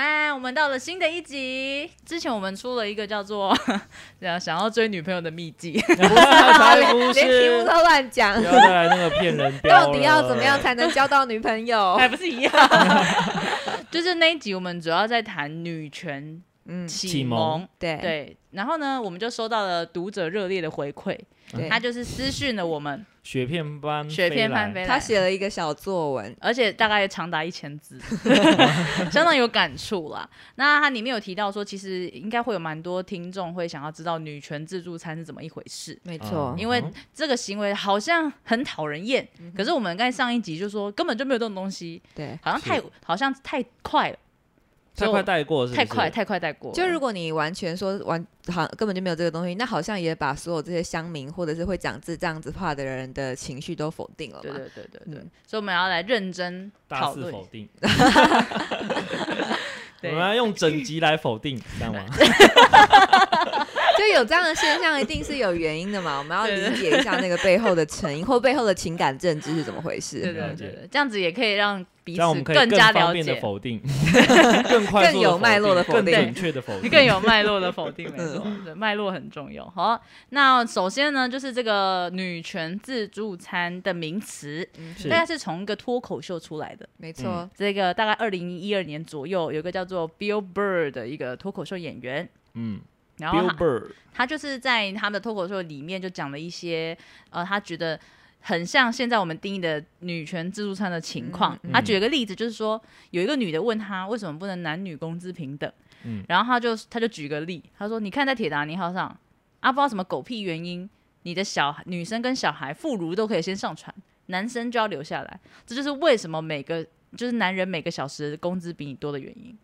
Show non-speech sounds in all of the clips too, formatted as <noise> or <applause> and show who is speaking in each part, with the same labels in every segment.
Speaker 1: 嗨，我们到了新的一集。之前我们出了一个叫做“想啊想要追女朋友的秘 <laughs> 籍
Speaker 2: 才不
Speaker 3: 连题目
Speaker 2: 是，
Speaker 3: 都乱讲
Speaker 2: 不，要再来那个骗人标了
Speaker 3: <laughs>
Speaker 2: 哎
Speaker 3: 到底要怎么样？才能交到女朋”，
Speaker 1: <laughs>
Speaker 3: 友？
Speaker 1: 哦还不是一样？就是那一集，我们主要在谈女权
Speaker 3: 嗯，
Speaker 1: 启
Speaker 2: 启
Speaker 1: 蒙
Speaker 2: 蒙。
Speaker 3: 对
Speaker 1: 对，然后呢，我们就收到了读者热烈的回馈，
Speaker 3: 对
Speaker 1: 他，就是私讯了我们
Speaker 2: 雪片般
Speaker 1: 雪片翻
Speaker 2: 飞
Speaker 1: 飞来，
Speaker 3: 他写了一个小作文，
Speaker 1: 而且大概长达一千
Speaker 2: <laughs>
Speaker 1: 字，相当有感触啦。那它里面有提到说，其实应该会有蛮多听众会想要知道女权自助餐是怎么一回事，
Speaker 3: 没
Speaker 2: 来，嗯，
Speaker 3: 错
Speaker 1: 因为这个行为好像很讨人厌。可是我们刚才上一集就说根本就没有这种东西，
Speaker 3: 对。
Speaker 1: 好像太好像太快了，
Speaker 2: 太快带过是不
Speaker 1: 太
Speaker 2: 是
Speaker 1: 快，太快带过了，
Speaker 3: 就如果你完全说完，好根本就没有这个东西，那好像也把所有这些乡民或者是会讲这这样子话的人的情绪都否定了嘛。
Speaker 1: 对对对对对，
Speaker 3: 嗯
Speaker 1: 所以我们要来认真
Speaker 2: 大
Speaker 1: 讨
Speaker 2: 肆
Speaker 1: 论。
Speaker 2: 否定，我
Speaker 1: 对
Speaker 2: 们要用整集来否
Speaker 1: <laughs>
Speaker 2: 定，这样吗？
Speaker 3: 就有这样的现象，一定是有原因的嘛。我们要
Speaker 1: 对对
Speaker 3: 理解一下那个背后的成因或背后的情感政治是怎么回
Speaker 1: 对
Speaker 3: 事。
Speaker 1: 对
Speaker 2: 了
Speaker 1: 对
Speaker 2: 解
Speaker 1: 对，这样子也可以让彼
Speaker 2: 这
Speaker 1: 此
Speaker 2: 样我们可以更
Speaker 1: 加了
Speaker 2: 方便
Speaker 1: 解
Speaker 2: 的，否
Speaker 1: <laughs>
Speaker 2: 定，更快速地
Speaker 3: 更有脉络的否定
Speaker 2: 更准确的否定，
Speaker 1: 更有脉络的否定，没错，
Speaker 2: 嗯
Speaker 1: 对，脉络很重要。好，那首先呢，就是这个女权自助餐的名词，
Speaker 3: 嗯，
Speaker 2: 是
Speaker 1: 大概是从一个脱口秀出来的。
Speaker 3: 没错，
Speaker 1: 这个大概二零一二年左右，有一个叫做 Bill Burr 的一个脱口秀演员，
Speaker 2: 嗯
Speaker 1: 然后他
Speaker 2: ，Billboard
Speaker 1: 他就是在他的脱口秀里面就讲了一些，呃，他觉得。很像现在我们定义的女权自助餐的情况。
Speaker 2: 嗯嗯
Speaker 1: 他举了个例子，就是说有一个女的问他为什么不能男女工资平等，
Speaker 2: 嗯
Speaker 1: 然后他就他就举个例，他说你看在铁达尼号上，啊不知道什么狗屁原因，你的小孩女生跟小孩妇孺都可以先上船，男生就要留下来，这就是为什么每个。就是男人每个小时的工资比你多的原因，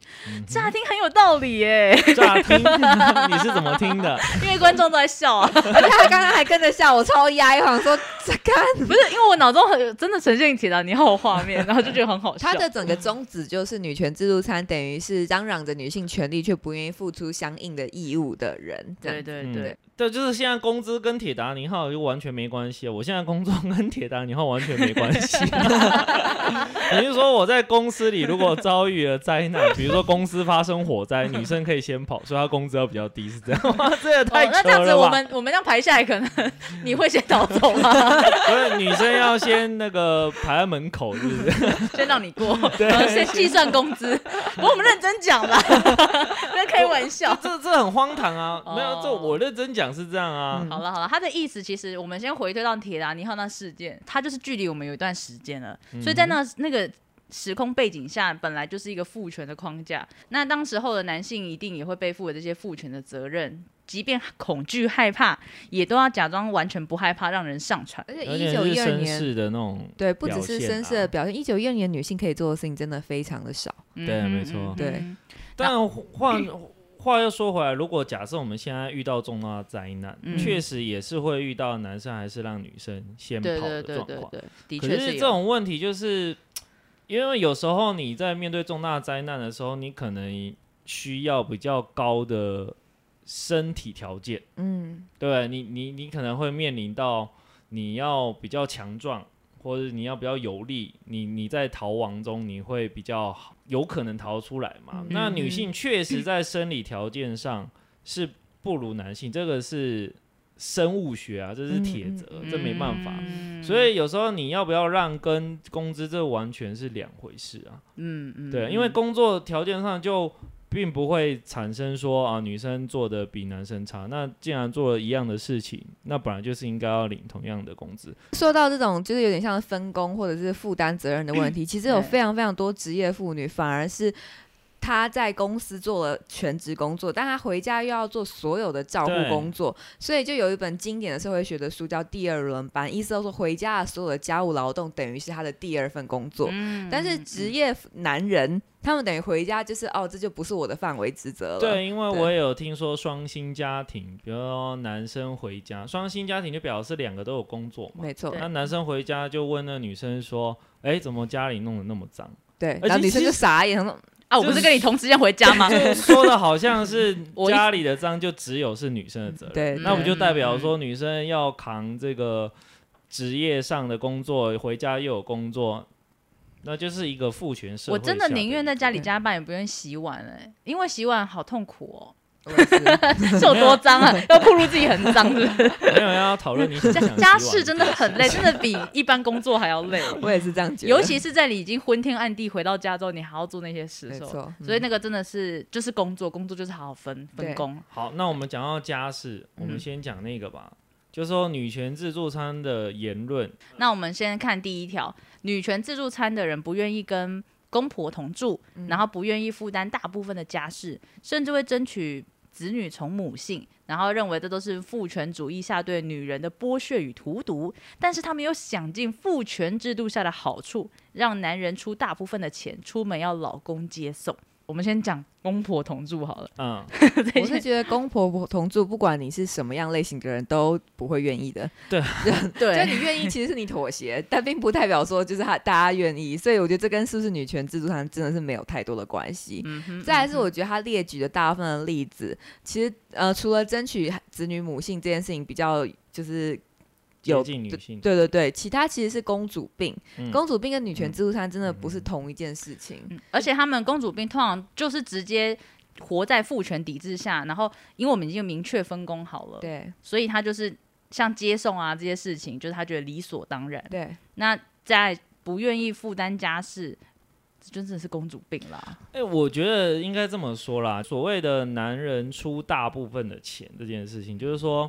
Speaker 1: 乍听很有道理耶， <laughs>
Speaker 2: 乍嗯听 <laughs> 你是怎么听的？
Speaker 1: 因为观众都在笑啊，
Speaker 3: 而且他刚刚还跟着笑，我超压抑，我想说这干
Speaker 1: 不是因为我脑中很真的呈现铁达尼号的画面，然后就觉得很好笑。
Speaker 3: 他的整个宗旨就是女权自助餐，等于是嚷嚷着女性权利却不愿意付出相应的义务的人。这
Speaker 1: 对
Speaker 3: 样
Speaker 1: 对
Speaker 2: 嗯
Speaker 1: 对，
Speaker 2: 对，就是现在工资跟铁达尼号就完全没关系。啊我现在工作跟铁达尼号完全没关系。 <laughs> 也就是说，我在公司里如果遭遇了灾难，比如说公司发生火灾，女生可以先跑，所以她工资要比较低，是这样吗？ <laughs> 这也太
Speaker 1: 哦，
Speaker 2: 扯
Speaker 1: 那这样子
Speaker 2: 了
Speaker 1: 我
Speaker 2: 吧？
Speaker 1: 们我们这样排下来，可能你会先逃走
Speaker 3: <laughs>
Speaker 1: 吗？
Speaker 2: 所以女生要先那个排在门口，是不是？ <laughs>
Speaker 1: 先让你过，
Speaker 2: 对
Speaker 1: 然后先计算工资。不过我们认真讲
Speaker 3: <laughs>
Speaker 1: 啦，不要开玩笑。
Speaker 2: 这这很荒唐啊！没有，这
Speaker 1: 哦嗯
Speaker 2: 我认真讲是这样啊。
Speaker 1: 好了好了，他的意思其实我们先回推到铁达尼号那事件，它就是距离我们有一段时间了，所
Speaker 2: 嗯
Speaker 1: 以在那那个。时空背景下，本来就是一个父权的框架。那当时候的男性一定也会背负了这些父权的责任，即便恐惧害怕，也都要假装完全不害怕，让人上船。
Speaker 3: 而且
Speaker 2: 而
Speaker 3: 一
Speaker 2: 且
Speaker 3: 九
Speaker 2: 是
Speaker 3: 一二
Speaker 2: 绅
Speaker 3: 年，
Speaker 2: 士的那种，
Speaker 3: 对，不只
Speaker 2: 表
Speaker 3: 是
Speaker 2: 现
Speaker 3: 绅士
Speaker 2: 啊
Speaker 3: 的表现，一九一二年女性可以做的事情真的非常的少。
Speaker 2: 对
Speaker 1: 嗯
Speaker 2: 没错
Speaker 3: 对
Speaker 1: 嗯
Speaker 2: 但换 <clears throat> 话又说回来，如果假设我们现在遇到重大灾难，
Speaker 1: 嗯
Speaker 2: 确、实也是会遇到男生还是让女生先跑
Speaker 1: 对
Speaker 2: 的
Speaker 1: 对对
Speaker 2: 状
Speaker 1: 对
Speaker 2: 况。
Speaker 1: 对，的
Speaker 2: 可
Speaker 1: 确
Speaker 2: 是
Speaker 1: 有
Speaker 2: 这种问题就是，因为有时候你在面对重大灾难的时候，你可能需要比较高的身体条件，
Speaker 3: 嗯，
Speaker 2: 对不对你你你可能会面临到你要比较强壮。或者你要比较有力，你你在逃亡中你会比较好有可能逃出来嘛？
Speaker 3: 嗯
Speaker 2: 那女性确实在生理条件上是不如男性，这个是生物学啊，这是铁则，
Speaker 3: 嗯
Speaker 2: 这没办法。
Speaker 1: 嗯
Speaker 2: 所以有时候你要不要让跟工资这完全是两回事啊？
Speaker 1: 嗯嗯，
Speaker 2: 对，因为工作条件上就并不会产生说啊女生做的比男生差。那既然做了一样的事情，那本来就是应该要领同样的工资。
Speaker 3: 说到这种就是有点像分工或者是负担责任的问题，其实有
Speaker 1: 对
Speaker 3: 非常非常多职业妇女反而是。她在公司做了全职工作，但她回家又要做所有的照顾
Speaker 2: 对
Speaker 3: 工作，所以就有一本经典的社会学的书叫《第二轮班》，意思就是说回家的所有的家务劳动等于是她的第二份工作。
Speaker 1: 嗯
Speaker 3: 但是
Speaker 1: 嗯
Speaker 3: 职业男人他们等于回家就是哦，这就不是我的范围职
Speaker 1: 呃
Speaker 3: 责了。
Speaker 2: 对，因为
Speaker 3: 对
Speaker 2: 我也有听说双薪家庭，比如说男生回家，双薪家庭就表示两个都有工作嘛。
Speaker 3: 没错
Speaker 1: 对，
Speaker 2: 那男生回家就问那女生说：“哎、怎么家里弄得那么脏
Speaker 3: 对，
Speaker 2: 而
Speaker 3: 然后
Speaker 2: 且
Speaker 3: 女生
Speaker 2: 其
Speaker 3: 就
Speaker 2: 实
Speaker 3: 傻眼，她说
Speaker 1: 啊，我不是跟你同时间回家
Speaker 2: <laughs>
Speaker 1: 吗？？”
Speaker 2: 说的好像是
Speaker 1: 啊我一
Speaker 2: 家里的脏就只有是女生的责任，
Speaker 3: 对，
Speaker 2: 那
Speaker 3: 对
Speaker 2: 不就代表说女生要扛这个职业上的工作，回家又有工作，那就是一个父权社会。
Speaker 1: 我真的宁愿在家里加班，也不愿意洗碗哎、因为洗碗好痛 <laughs> 苦
Speaker 3: <laughs> 我也是
Speaker 1: 哦，是有多脏啊？要暴露自己很脏是不
Speaker 2: <laughs>
Speaker 1: 是？
Speaker 2: 没有要讨论你想不
Speaker 1: 家
Speaker 2: 想
Speaker 1: 家
Speaker 2: 洗碗
Speaker 1: 事真的很累，真的比一般工作还要累。哦
Speaker 2: <laughs>
Speaker 3: 我也是这样觉得，
Speaker 1: 尤其是在你已经昏天暗地回到家之后，你还要做那些事
Speaker 3: 没
Speaker 1: 的时候，
Speaker 3: 错，嗯
Speaker 1: 所以那个真的是就是工作，工作就是好好分分
Speaker 3: 对
Speaker 1: 工。
Speaker 2: 好，那我们讲到家事，我们
Speaker 1: 嗯
Speaker 2: 先讲那个吧，就说女权自助餐的言论，
Speaker 1: 那我们先看第一条，女权自助餐的人不愿意跟公婆同住，
Speaker 3: 嗯
Speaker 1: 然后不愿意负担大部分的家事，甚至会争取子女从母姓，然后认为这都是父权主义下对女人的剥削与荼毒。但是他们又想尽父权制度下的好处，让男人出大部分的钱，出门要老公接送。我们先讲公婆同住好了，
Speaker 2: 嗯，
Speaker 1: <laughs> 这
Speaker 3: 我是
Speaker 1: 些
Speaker 3: 觉得公婆婆同住，不管你是什么样类型的人，都不会愿意的。就
Speaker 1: 对
Speaker 3: 你愿意，其实是你妥协，但并不代表说就是他大家愿意。所以我觉得这跟是不是女权自助餐真的是没有太多的关系。
Speaker 1: 嗯哼，
Speaker 3: 再来是我觉得他列举的大部分的例子，其实呃，除了争取子女母性这件事情比较就是
Speaker 2: 接
Speaker 3: 有
Speaker 2: 近女性，
Speaker 3: 对对对，其他其实是公主病，
Speaker 2: 嗯
Speaker 3: 公主病跟女权自助餐真的不是同一件事情。
Speaker 1: 嗯而且他们公主病通常就是直接活在父权抵制下，然后因为我们已经有明确分工好了，
Speaker 3: 对
Speaker 1: 所以他就是像接送啊这些事情，就是他觉得理所当然。
Speaker 3: 对，
Speaker 1: 那在不愿意负担家事，这真的是公主病啦。
Speaker 2: 哎、我觉得应该这么说啦，所谓的男人出大部分的钱这件事情，就是说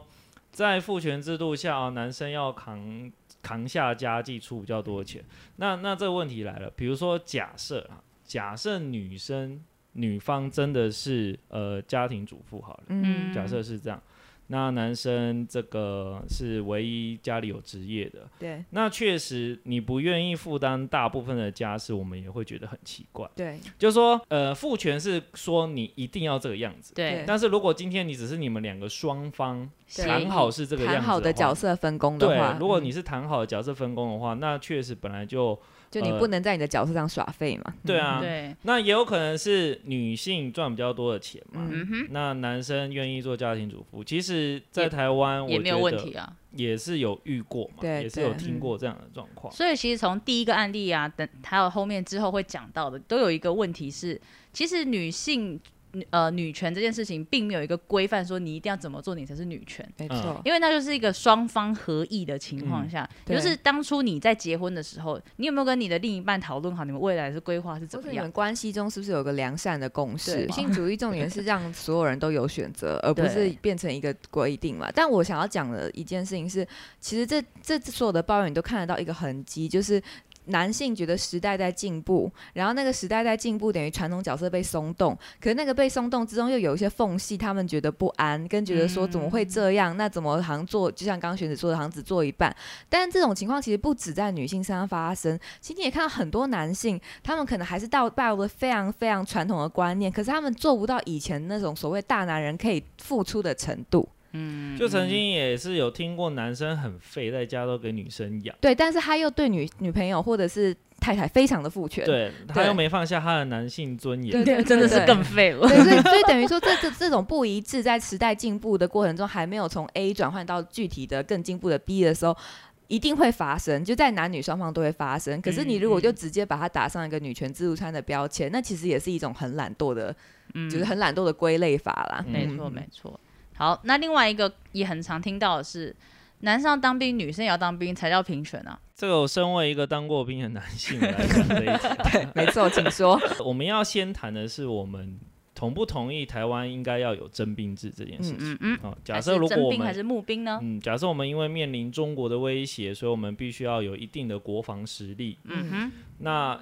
Speaker 2: 在父权制度下、啊，男生要扛扛下家计，出比较多的钱。那那这个问题来了，比如说假设啊，假设女生女方真的是呃家庭主妇好了。
Speaker 3: 嗯，
Speaker 2: 假设是这样，那男生这个是唯一家里有职业的，
Speaker 3: 对
Speaker 2: 那确实你不愿意负担大部分的家事，我们也会觉得很奇怪。
Speaker 3: 对
Speaker 2: 就是说，呃，父权是说你一定要这个样子，
Speaker 1: 对，
Speaker 2: 但是如果今天你只是你们两个双方
Speaker 1: 对
Speaker 2: 谈好是这个样
Speaker 3: 谈
Speaker 2: 子
Speaker 3: 好的角
Speaker 2: 色。
Speaker 3: 色分工的
Speaker 2: 对
Speaker 3: 话，，
Speaker 2: 如果
Speaker 3: 嗯
Speaker 2: 你是谈好的角色分工的话，那确实本来就
Speaker 3: 就你
Speaker 2: 呃
Speaker 3: 不能在你的角色上耍废嘛。
Speaker 2: 对啊。
Speaker 1: 嗯对，
Speaker 2: 那也有可能是女性赚比较多的钱嘛，
Speaker 1: 嗯哼，
Speaker 2: 那男生愿意做家庭主妇，其实，在
Speaker 1: 也
Speaker 2: 台湾我
Speaker 1: 也没有
Speaker 2: 觉
Speaker 1: 问
Speaker 2: 得
Speaker 1: 题啊。
Speaker 2: 也是有遇过嘛，
Speaker 3: 对
Speaker 2: 也是有
Speaker 3: 对
Speaker 2: 听过这样的状况。
Speaker 1: 所以其实从第一个案例啊，等还有后面之后会讲到的，都有一个问题是，其实女性。呃，女权这件事情并没有一个规范说你一定要怎么做你才是女权，
Speaker 3: 没
Speaker 2: 嗯
Speaker 3: 错，
Speaker 1: 因为那就是一个双方合意的情况下，
Speaker 3: 对
Speaker 1: 就是当初你在结婚的时候，你有没有跟你的另一半讨论好你们未来的规划是怎
Speaker 3: 或者
Speaker 1: 么
Speaker 3: 你
Speaker 1: 样
Speaker 3: 们？关系中是不是有个良善的共识？
Speaker 1: 对
Speaker 3: 女性主义重点是让所有人都有选择，而不是
Speaker 1: 对
Speaker 3: 变成一个规定嘛。但我想要讲的一件事情是，其实这这所有的抱怨你都看得到一个痕迹，就是。男性觉得时代在进步，然后那个时代在进步，等于传统角色被松动。可是那个被松动之中，又有一些缝隙，他们觉得不安，跟觉得说怎么会这样？那怎么好像做，就像刚刚学子说的，好像只做一半。但这种情况其实不止在女性身上发生，其实你也看到很多男性，他们可能还是到抱了非常非常传统的观念，可是他们做不到以前那种所谓大男人可以付出的程度。
Speaker 1: 嗯
Speaker 2: 就曾经也是有听过男生很废，在家都给女生养，
Speaker 3: 对，但是他又对女女朋友或者是太太非常的父权。
Speaker 2: 对他又没放下他的男性尊严。
Speaker 3: 对对对
Speaker 1: 真的是
Speaker 3: 对
Speaker 1: 更废
Speaker 2: <laughs>
Speaker 1: 了。
Speaker 3: <laughs> 对，所
Speaker 1: <laughs>
Speaker 3: 以所以等于说这这这种不一致，在时代进步的过程中，还没有从 A 转换到具体的更进步的 B 的时候。一定会发生，就在男女双方都会发生。可是
Speaker 1: 嗯
Speaker 3: 你如果就直接把它打上一个女权自助餐的标签，那其实也是一种很懒惰的，
Speaker 1: 嗯
Speaker 3: 就是很懒惰的归类法啦。
Speaker 2: 嗯
Speaker 1: 没错没错。好，那另外一个也很常听到的是，男生要当兵，女生也要当兵，才叫平权啊。
Speaker 2: 这个我身为一个当过兵的男性来讲这一题，
Speaker 3: 对， <laughs> 没错，请
Speaker 1: <laughs>
Speaker 3: 说。
Speaker 2: <laughs> 我们要先谈的是我们同不同意台湾应该要有征兵制这件事情。
Speaker 1: 嗯嗯。
Speaker 2: 啊、假
Speaker 1: 还
Speaker 2: 设
Speaker 1: 是
Speaker 2: 如果
Speaker 1: 征
Speaker 2: 我
Speaker 1: 兵还
Speaker 2: 们
Speaker 1: 是募兵呢？
Speaker 2: 嗯，假设我们因为面临中国的威胁，所以我们必须要有一定的国防实力。
Speaker 1: 嗯哼，
Speaker 2: 那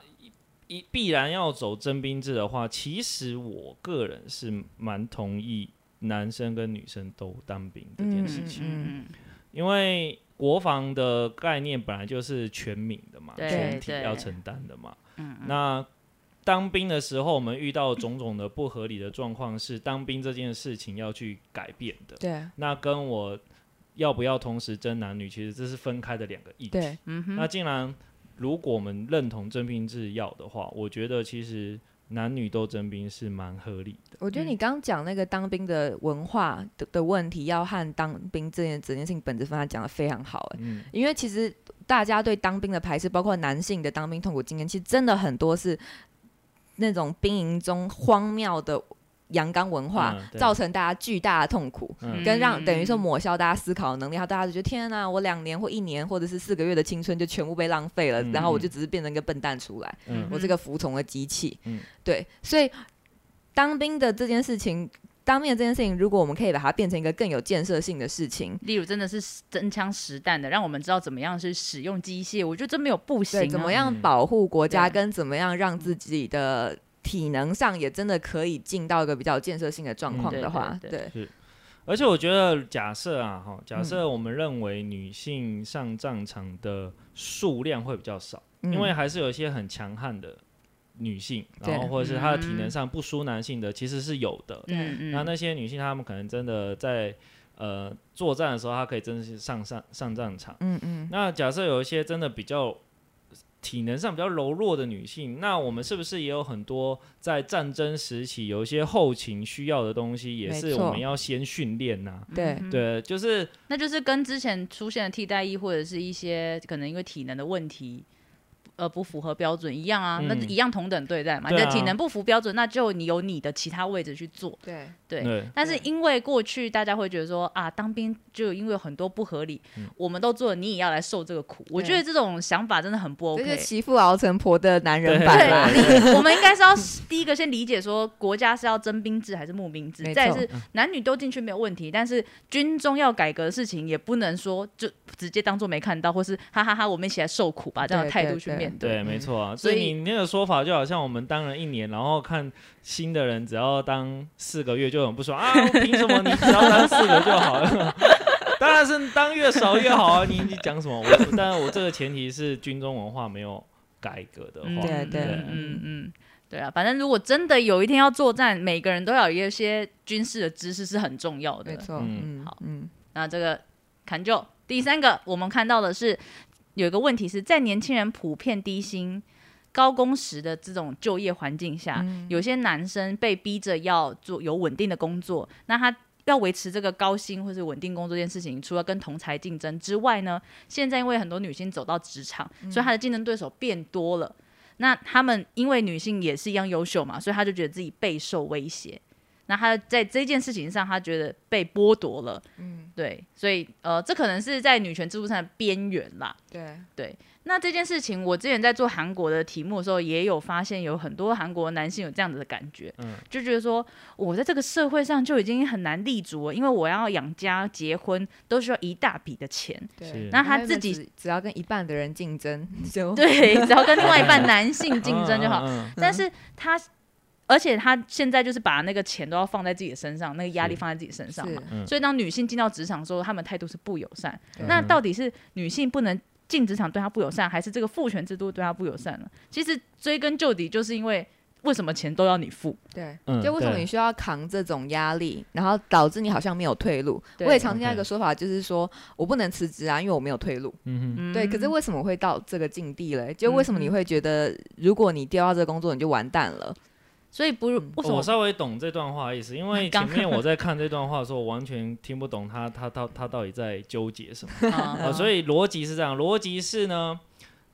Speaker 2: 一必然要走征兵制的话，其实我个人是蛮同意男生跟女生都当兵这件事情，
Speaker 1: 嗯嗯
Speaker 2: 因为国防的概念本来就是全民的嘛，
Speaker 1: 对
Speaker 2: 全体
Speaker 1: 对
Speaker 2: 要承担的嘛。
Speaker 1: 嗯嗯，
Speaker 2: 那当兵的时候，我们遇到种种的不合理的状况，是当兵这件事情要去改变的。
Speaker 3: 对
Speaker 2: 那跟我要不要同时征男女，其实这是分开的两个议题。
Speaker 3: 对，
Speaker 1: 嗯哼，
Speaker 2: 那既然如果我们认同征兵制要的话，我觉得其实男女都征兵是蛮合理的。
Speaker 3: 我觉得你刚讲那个当兵的文化的的问题，要和当兵这件整件事情本质分开讲的非常好、哎，
Speaker 2: 嗯，
Speaker 3: 因为其实大家对当兵的排斥，包括男性的当兵痛苦经验，其实真的很多是那种兵营中荒谬的阳刚文化，
Speaker 2: 嗯对
Speaker 3: 造成大家巨大的痛苦。
Speaker 2: 嗯
Speaker 3: 跟让等于说
Speaker 1: 嗯
Speaker 3: 抹消大家思考的能力，然后大家就觉得天哪，我两年或一年或者是四个月的青春就全部被浪费了，
Speaker 2: 嗯
Speaker 3: 然后我
Speaker 2: 嗯
Speaker 3: 就只是变成一个笨蛋出来，
Speaker 2: 嗯
Speaker 3: 我这个服从的机器。
Speaker 2: 嗯
Speaker 3: 对，所以当兵的这件事情，当兵的这件事情，如果我们可以把它变成一个更有建设性的事情，
Speaker 1: 例如真的是真枪实弹的，让我们知道怎么样去使用机械，我觉得这没有不行、啊。
Speaker 3: 对，怎么样保护国家，
Speaker 1: 对嗯
Speaker 3: 跟怎么样让自己的体能上也真的可以进到一个比较有建设性的状
Speaker 2: 嗯
Speaker 3: 况
Speaker 1: 对
Speaker 3: 的
Speaker 1: 对
Speaker 3: 话，
Speaker 1: 对
Speaker 3: 对，
Speaker 2: 而且我觉得，假设啊，哈，假设
Speaker 3: 嗯
Speaker 2: 我们认为女性上战场的数量会比较少，
Speaker 3: 嗯
Speaker 2: 因为还是有一些很强悍的女性，然后
Speaker 3: 对
Speaker 2: 或者是她的体
Speaker 1: 嗯
Speaker 2: 能上不输男性的，其实是有的。
Speaker 1: 嗯嗯，
Speaker 2: 那那些女性，她们可能真的在呃作战的时候，她可以真的是上上上战场。
Speaker 3: 嗯嗯，
Speaker 2: 那假设有一些真的比较体能上比较柔弱的女性，那我们是不是也有很多在战争时期有一些后勤需要的东西，也
Speaker 3: 没
Speaker 2: 是
Speaker 3: 错
Speaker 2: 我们要先训练啊呐？
Speaker 3: 对
Speaker 1: 嗯，
Speaker 2: 对，就是
Speaker 1: 那就是跟之前出现的替代役或者是一些可能因为体能的问题。呃，不符合标准一样啊，
Speaker 2: 嗯
Speaker 1: 那一样同等对待嘛。
Speaker 2: 对啊
Speaker 1: 你的体能不符标准，那就你有你的其他位置去做。
Speaker 3: 对，
Speaker 1: 对，
Speaker 2: 对，
Speaker 1: 但是因为过去大家会觉得说啊，当兵就因为有很多不合理，
Speaker 2: 嗯
Speaker 1: 我们都做了，你也要来受这个苦。我觉得这种想法真的很不
Speaker 3: 这
Speaker 1: OK。
Speaker 3: 就是媳妇熬成婆的男人
Speaker 2: 对
Speaker 3: 版
Speaker 1: 对 <laughs>
Speaker 3: 啦。<laughs>
Speaker 1: 我们应该是要第一个先理解说，国家是要征兵制还是募兵制
Speaker 3: 没，错
Speaker 1: 再来是男女都进去没有问题，但是军中要改革的事情也不能说就直接当做没看到，或是哈哈哈我们一起来受苦吧这样的
Speaker 3: 对
Speaker 1: 态度
Speaker 3: 对
Speaker 1: 去
Speaker 3: 对
Speaker 1: 面
Speaker 2: 对，
Speaker 1: 对
Speaker 2: 没错啊。
Speaker 1: 所
Speaker 2: 所
Speaker 1: 以
Speaker 2: 以你那个说法就好像我们当了一年，然后看新的人只要当四个月就很不爽啊！我凭什么你只要当四个就好了？ <laughs> 当然是当越少越好啊！你你讲什么？我当然我这个前提是军中文化没有改革的话，
Speaker 1: 嗯
Speaker 3: 对对
Speaker 1: 嗯嗯嗯，对啊，反正如果真的有一天要作战，每个人都要有一些军事的知识是很重要的
Speaker 3: 没。错，
Speaker 2: 嗯
Speaker 3: 嗯，
Speaker 1: 好
Speaker 3: 嗯，
Speaker 1: 那这个砍就第三个，我们看到的是有一个问题是在年轻人普遍低薪、高工时的这种就业环境下，有些男生被逼着要做有稳定的工作，那他。要维持这个高薪或是稳定工作这件事情，除了跟同才竞争之外呢，现在因为很多女性走到职场，所以她的竞争对手变多了。那他们因为女性也是一样优秀嘛，所以他就觉得自己备受威胁。那他在这件事情上，他觉得被剥夺了，嗯，对，所以呃，这可能是在女权制度上的边缘啦。
Speaker 3: 对，
Speaker 1: 那这件事情，我之前在做韩国的题目的时候，也有发现有很多韩国男性有这样子的感觉，
Speaker 2: 嗯
Speaker 1: 就觉得说我在这个社会上就已经很难立足了，因为我要养家、结婚都需要一大笔的钱，
Speaker 2: 是
Speaker 3: 对。
Speaker 1: 那他自己
Speaker 3: 只只要跟一半的人竞争，就
Speaker 1: 对，只要跟另外一半男性竞争就好。
Speaker 2: 嗯。嗯嗯
Speaker 1: 但是他，而且他现在就是把那个钱都要放在自己的身上，那个压力放在自己身上嘛。
Speaker 2: 嗯
Speaker 1: 所以当女性进到职场的时候，她们态度是不友善。
Speaker 3: 对
Speaker 1: 那到底是女性不能进职场对她不友善，还是这个父权制度对她不友善呢？其实追根究底，就是因为为什么钱都要你付？
Speaker 3: 对
Speaker 2: 嗯，
Speaker 3: 就为什么
Speaker 2: 对
Speaker 3: 你需要扛这种压力，然后导致你好像没有退路？
Speaker 1: 对
Speaker 3: 我也常听到
Speaker 2: OK
Speaker 3: 一个说法，就是说我不能辞职啊，因为我没有退路。
Speaker 2: 嗯哼
Speaker 3: 对，可是为什么会到这个境地嘞？就为什么你会觉得，如果你丢掉这个工作，你就完蛋了？
Speaker 1: 所以不如
Speaker 3: 嗯
Speaker 1: 为什
Speaker 2: 哦我
Speaker 1: 么？
Speaker 2: 稍微懂这段话的意思，因为前
Speaker 1: 刚
Speaker 2: 面我在看这段话的时候，我完全听不懂他他他他到底在纠结什么。 <laughs> 啊，
Speaker 3: 嗯
Speaker 1: 啊
Speaker 2: 所以逻辑是这样，逻辑是呢，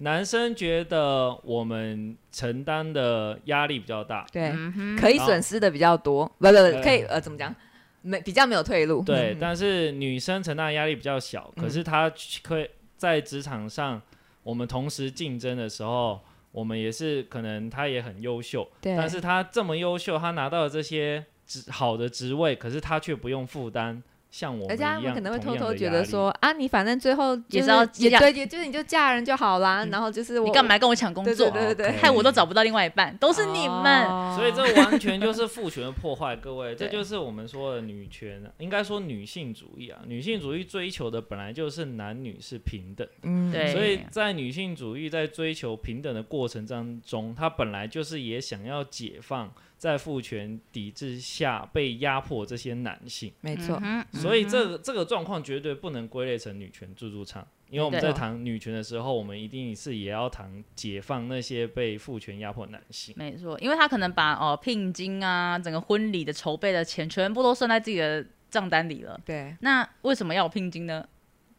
Speaker 2: 男生觉得我们承担的压力比较大，
Speaker 3: 对，
Speaker 1: 嗯哼
Speaker 3: 可以损失的比较多，不不不，
Speaker 2: 对
Speaker 3: 可以呃怎么讲？没比较没有退路。
Speaker 2: 对，
Speaker 3: 嗯
Speaker 2: 但是女生承担的压力比较小，可是她去可以在职场上，我们同时竞争的时候，我们也是可能她也很优秀，
Speaker 3: 对
Speaker 2: 但是她这么优秀，她拿到了这些职好的职位，可是她却不用负担像我们
Speaker 3: 而
Speaker 2: 一
Speaker 3: 且他
Speaker 2: 样，
Speaker 3: 们可能会
Speaker 2: 同
Speaker 3: 偷
Speaker 2: 样
Speaker 3: 偷
Speaker 2: 的
Speaker 3: 觉
Speaker 2: 压
Speaker 3: 得
Speaker 2: 力
Speaker 3: 说啊，你反正最后
Speaker 1: 也
Speaker 3: 就是
Speaker 1: 要
Speaker 3: 也
Speaker 1: 嫁
Speaker 3: 对，也就是你就嫁人就好啦。然后就是我
Speaker 1: 你干嘛跟我抢工
Speaker 3: 对对
Speaker 1: 作？
Speaker 3: 对对对，
Speaker 2: OK
Speaker 1: 哦害我都找不到另外一半，都是你们。
Speaker 3: 哦
Speaker 2: 所以这完全就是父权的破坏，各
Speaker 1: <laughs>
Speaker 2: 位，这
Speaker 3: 对
Speaker 2: 就是我们说的女权啊，应该说女性主义啊。女性主义追求的本来就是男女是平等，
Speaker 3: 嗯
Speaker 1: 对
Speaker 2: 所以在女性主义在追求平等的过程当中，她本来就是也想要解放在父权抵制下被压迫这些男性，
Speaker 3: 没错，
Speaker 1: 嗯哼
Speaker 2: 所以这个这个状况绝对不能归类成女权自助餐。因为我们
Speaker 1: 对
Speaker 2: 在谈女权的时候，我们一定是也要谈解放那些被父权压迫的男性。
Speaker 1: 没错，因为他可能把哦、聘金啊，整个婚礼的筹备的钱全部都算在自己的账单里了。
Speaker 3: 对
Speaker 1: 那为什么要有聘金呢？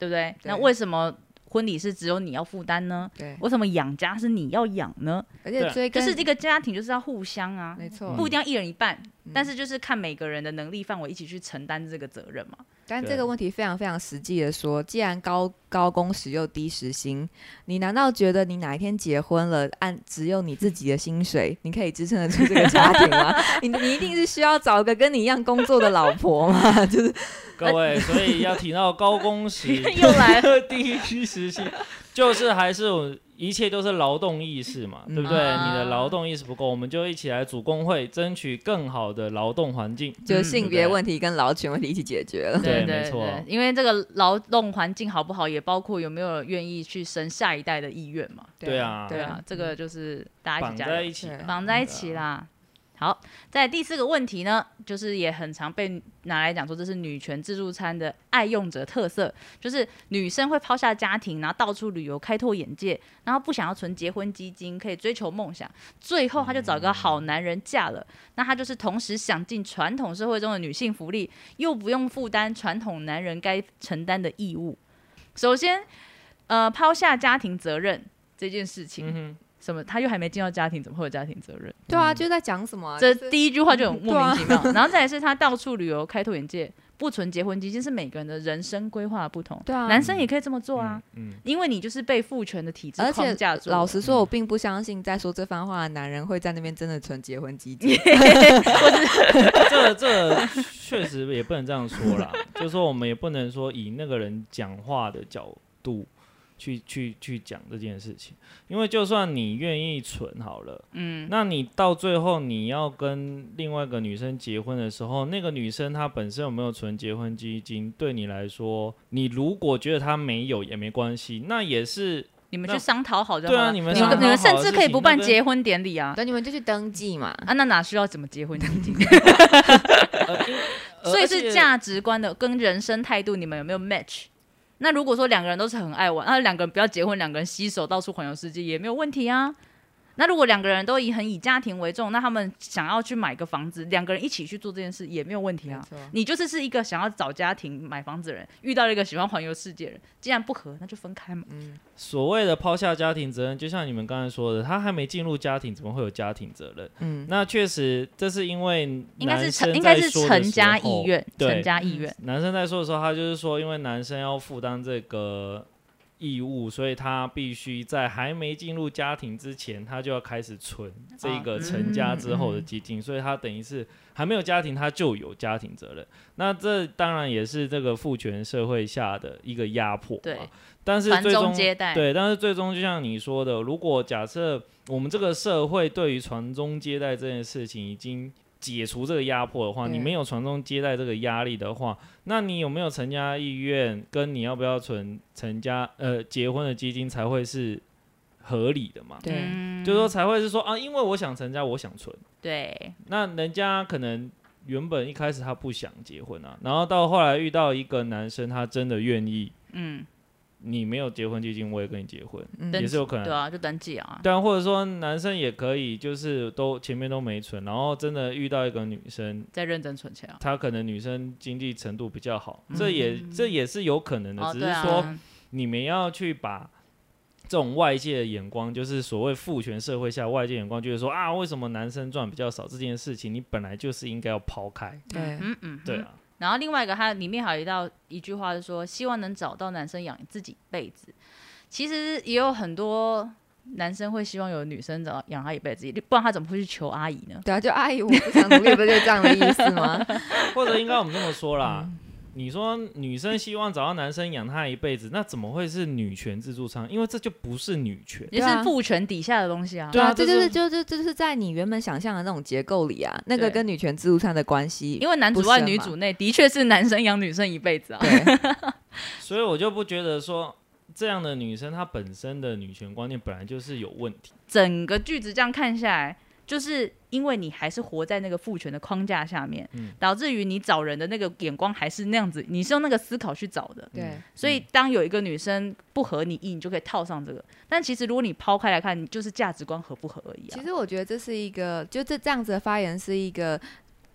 Speaker 1: 对不对？
Speaker 3: 对
Speaker 1: 那为什么婚礼是只有你要负担呢？
Speaker 3: 对，
Speaker 1: 为什么养家是你要养呢？
Speaker 3: 而且
Speaker 2: 对
Speaker 3: 追
Speaker 1: 就
Speaker 3: 根
Speaker 1: 是这个家庭就是要互相啊，
Speaker 3: 没错，
Speaker 1: 不一定要一人一半，
Speaker 3: 嗯
Speaker 1: 但是就是看每个人的能力范围一起去承担这个责任嘛。
Speaker 3: 但这
Speaker 2: 对
Speaker 3: 个问题非常非常实际的说，既然高高工时又低时薪，你难道觉得你哪一天结婚了，按只有你自己的薪水，你可以支撑得住这个家庭吗？ <laughs> 你你一定是需要找个跟你一样工作的老婆嘛？ <laughs> 就是
Speaker 2: 各位，所以要提到高工时、
Speaker 1: <laughs> 又
Speaker 2: <laughs>
Speaker 1: 来了，
Speaker 2: 低时薪，就是还是有一切都是劳动意识嘛，对不对？
Speaker 1: 嗯
Speaker 2: 你的劳动意识不够，我们就一起来组工会，争取更好的劳动环境。
Speaker 3: 就是
Speaker 1: 嗯
Speaker 3: 性
Speaker 2: 对
Speaker 3: 别问题跟劳权问题一起解决了。
Speaker 2: 对
Speaker 1: 对
Speaker 2: 没错
Speaker 1: 对因为这个劳动环境好不好，也包括有没有愿意去生下一代的意愿嘛。
Speaker 2: 对啊
Speaker 1: 对
Speaker 3: 嗯
Speaker 1: 啊，这个就是大家一
Speaker 2: 绑
Speaker 1: 起加
Speaker 2: 在
Speaker 1: 油
Speaker 2: 一起
Speaker 3: 对，
Speaker 1: 绑在一起啦。好，在第四个问题呢，就是也很常被拿来讲说这是女权自助餐的爱用者特色，就是女生会抛下家庭，然后到处旅游，开拓眼界，然后不想要存结婚基金，可以追求梦想，最后她就找一个好男人嫁了。那她就是同时享尽传统社会中的女性福利，又不用负担传统男人该承担的义务。首先，呃，抛下家庭责任这件事情，
Speaker 2: 嗯哼，
Speaker 1: 什么？他又还没进到家庭，怎么会有家庭责任？
Speaker 3: 对啊，就在讲什么啊、
Speaker 1: 这
Speaker 3: 就是
Speaker 1: 第一句话就 <laughs> 啊很莫名其妙。然后再来是他到处旅游，开拓眼界，不存结婚基金，是每个人的人生规划不同。
Speaker 3: 对啊
Speaker 1: 男生也可以这么做啊，
Speaker 2: 嗯，嗯，
Speaker 1: 因为你就是被父权的体制
Speaker 3: 而且
Speaker 1: 框架住。
Speaker 3: 老实说，我并不相信在说这番话的男人会在那边真的存结婚基 <laughs> 金。
Speaker 2: 这这确实也不能这样说啦，就是说我们也不能说以那个人讲话的角度去去去讲这件事情，因为就算你愿意存好了。
Speaker 1: 嗯，
Speaker 2: 那你到最后你要跟另外一个女生结婚的时候，那个女生她本身有没有存结婚基金，对你来说，你如果觉得她没有也没关系，那也是
Speaker 1: 你们
Speaker 2: 那
Speaker 1: 去商讨好就好
Speaker 2: 对
Speaker 1: 了。
Speaker 2: 啊，你们
Speaker 1: 你
Speaker 2: 商
Speaker 1: 们你们
Speaker 2: 量好
Speaker 1: 甚
Speaker 2: 的
Speaker 1: 至
Speaker 2: 事
Speaker 1: 可以
Speaker 2: 情
Speaker 1: 不办
Speaker 2: 那跟
Speaker 1: 结婚典礼啊。
Speaker 3: 等你们就去登记嘛。
Speaker 1: 啊，那哪需要怎么结婚基金？
Speaker 2: 呃
Speaker 3: 呃
Speaker 1: 所以
Speaker 2: 而且
Speaker 1: 是价值观的跟人生态度，你们有没有 match？那如果说两个人都是很爱玩，那啊两个人不要结婚，两个人携手到处环游世界也没有问题啊。那如果两个人都以很以家庭为重，那他们想要去买个房子，两个人一起去做这件事也没有问题
Speaker 3: 没
Speaker 1: 啊。
Speaker 3: 错，
Speaker 1: 你就是是一个想要找家庭、买房子的人，遇到了一个喜欢环游世界的人，既然不合，那就分开嘛。
Speaker 3: 嗯，
Speaker 2: 所谓的抛下家庭责任，就像你们刚才说的，她还没进入家庭，怎么会有家庭责任？
Speaker 3: 嗯
Speaker 2: 那确实，这是因为
Speaker 1: 应该是
Speaker 2: 男生
Speaker 1: 成，应该
Speaker 2: 在
Speaker 1: 是
Speaker 2: 说的
Speaker 1: 成
Speaker 2: 时
Speaker 1: 家
Speaker 2: 候
Speaker 1: 意愿，
Speaker 2: 对嗯
Speaker 1: 成家意愿。
Speaker 2: 男生在说的时候，他就是说，因为男生要负担这个义务，所以他必须在还没进入家庭之前，他就要开始存这个成家之后的基
Speaker 1: 嗯
Speaker 2: 金，所以他等于是还没有家庭，他就有家庭责任。那这当然也是这个父权社会下的一个压迫嘛。
Speaker 1: 对
Speaker 2: 但是
Speaker 1: 传
Speaker 2: 最
Speaker 1: 宗
Speaker 2: 终
Speaker 1: 接代
Speaker 2: 对，但是最终就像你说的，如果假设我们这个社会对于传宗接代这件事情已经解除这个压迫的话，
Speaker 3: 对
Speaker 2: 你没有传宗接代这个压力的话，那你有没有成家意愿，跟你要不要存成家呃结婚的基金才会是合理的嘛？
Speaker 3: 对，
Speaker 1: 嗯
Speaker 2: 就是说才会是说啊，因为我想成家，我想存。
Speaker 1: 对，
Speaker 2: 那人家可能原本一开始他不想结婚啊，然后到后来遇到一个男生，他真的愿意，
Speaker 1: 嗯，
Speaker 2: 你没有结婚基金，我也跟你结婚，
Speaker 3: 嗯
Speaker 2: 也是有可能
Speaker 1: 对。啊，就登记啊。
Speaker 2: 但或者说男生也可以，就是都前面都没存，然后真的遇到一个女生，
Speaker 1: 再认真存钱啊。
Speaker 2: 她可能女生经济程度比较好，这也这也是有可能的，
Speaker 1: 嗯哦，
Speaker 2: 只是
Speaker 1: 对啊
Speaker 2: 说你们要去把这种外界的眼光，就是所谓父权社会下外界眼光，就是说啊，为什么男生赚比较少这件事情，你本来就是应该要抛开，
Speaker 3: 对
Speaker 1: 嗯嗯，
Speaker 2: 对。
Speaker 1: <laughs>
Speaker 2: 啊，
Speaker 1: 然后另外一个，它里面还有一道一句话是说，希望能找到男生养自己一辈子。其实也有很多男生会希望有女生找养他一辈子，不然他怎么会去求阿姨呢？ <laughs>
Speaker 3: 对啊，就阿姨，我不想努力，不是就这样的意思吗？
Speaker 1: 嗯
Speaker 2: 或者应该我们这么说啦，你说女生希望找到男生养她一辈子，那怎么会是女权自助餐？因为这就不是女权。
Speaker 1: 也
Speaker 3: 对
Speaker 1: 是
Speaker 3: 啊
Speaker 1: 父权底下的东西啊。
Speaker 2: 对啊
Speaker 3: 这
Speaker 2: 这
Speaker 3: 就是是就就就是在你原本想象的那种结构里啊，那个
Speaker 1: 对
Speaker 3: 跟女权自助餐的关系，
Speaker 1: 因为男主
Speaker 3: 不
Speaker 1: 外
Speaker 3: 深
Speaker 1: 女
Speaker 3: 嘛
Speaker 1: 主内，的确是男生养女生一辈子啊。 <laughs>
Speaker 3: 对
Speaker 2: 所以我就不觉得说这样的女生她本身的女权观念本来就是有问题。
Speaker 1: 整个句子这样看下来，就是因为你还是活在那个父权的框架下面，
Speaker 2: 嗯
Speaker 1: 导致于你找人的那个眼光还是那样子，你是用那个思考去找的。
Speaker 3: 对，
Speaker 1: 所以，当有一个女生不合你意，你就可以套上这个。但其实，如果你抛开来看，你就是价值观合不合而已啊
Speaker 3: 其。实我觉得这是一个，就这这样子的发言是一个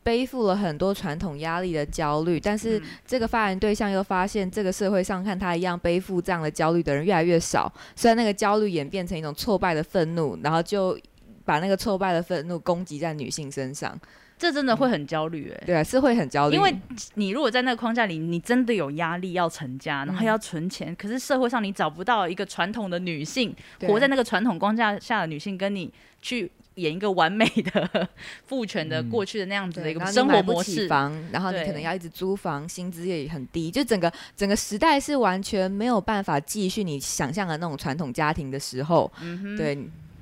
Speaker 3: 背负了很多传统压力的焦虑，但是
Speaker 1: 嗯
Speaker 3: 这个发言对象又发现，这个社会上看他一样背负这样的焦虑的人越来越少，虽然那个焦虑演变成一种挫败的愤怒，然后就。把那个挫败的愤怒攻击在女性身上，
Speaker 1: 这真的会很焦虑哎、
Speaker 3: 对啊，是会很焦虑，
Speaker 1: 因为你如果在那个框架里，你真的有压力要成家，然后
Speaker 3: 嗯
Speaker 1: 要存钱，可是社会上你找不到一个传统的女性，
Speaker 3: 对
Speaker 1: 活在那个传统框架下的女性，跟你去演一个完美的父权的
Speaker 2: 嗯
Speaker 1: 过去的那样子的
Speaker 3: 对
Speaker 1: 一
Speaker 3: 然
Speaker 1: 个
Speaker 3: 后你
Speaker 1: 生
Speaker 3: 买
Speaker 1: 活
Speaker 3: 不
Speaker 1: 模
Speaker 3: 起
Speaker 1: 式。
Speaker 3: 房，然后你可能
Speaker 1: 对
Speaker 3: 要一直租房，薪资也很低，就整个整个时代是完全没有办法继续你想象的那种传统家庭的时候，
Speaker 1: 嗯哼，
Speaker 3: 对，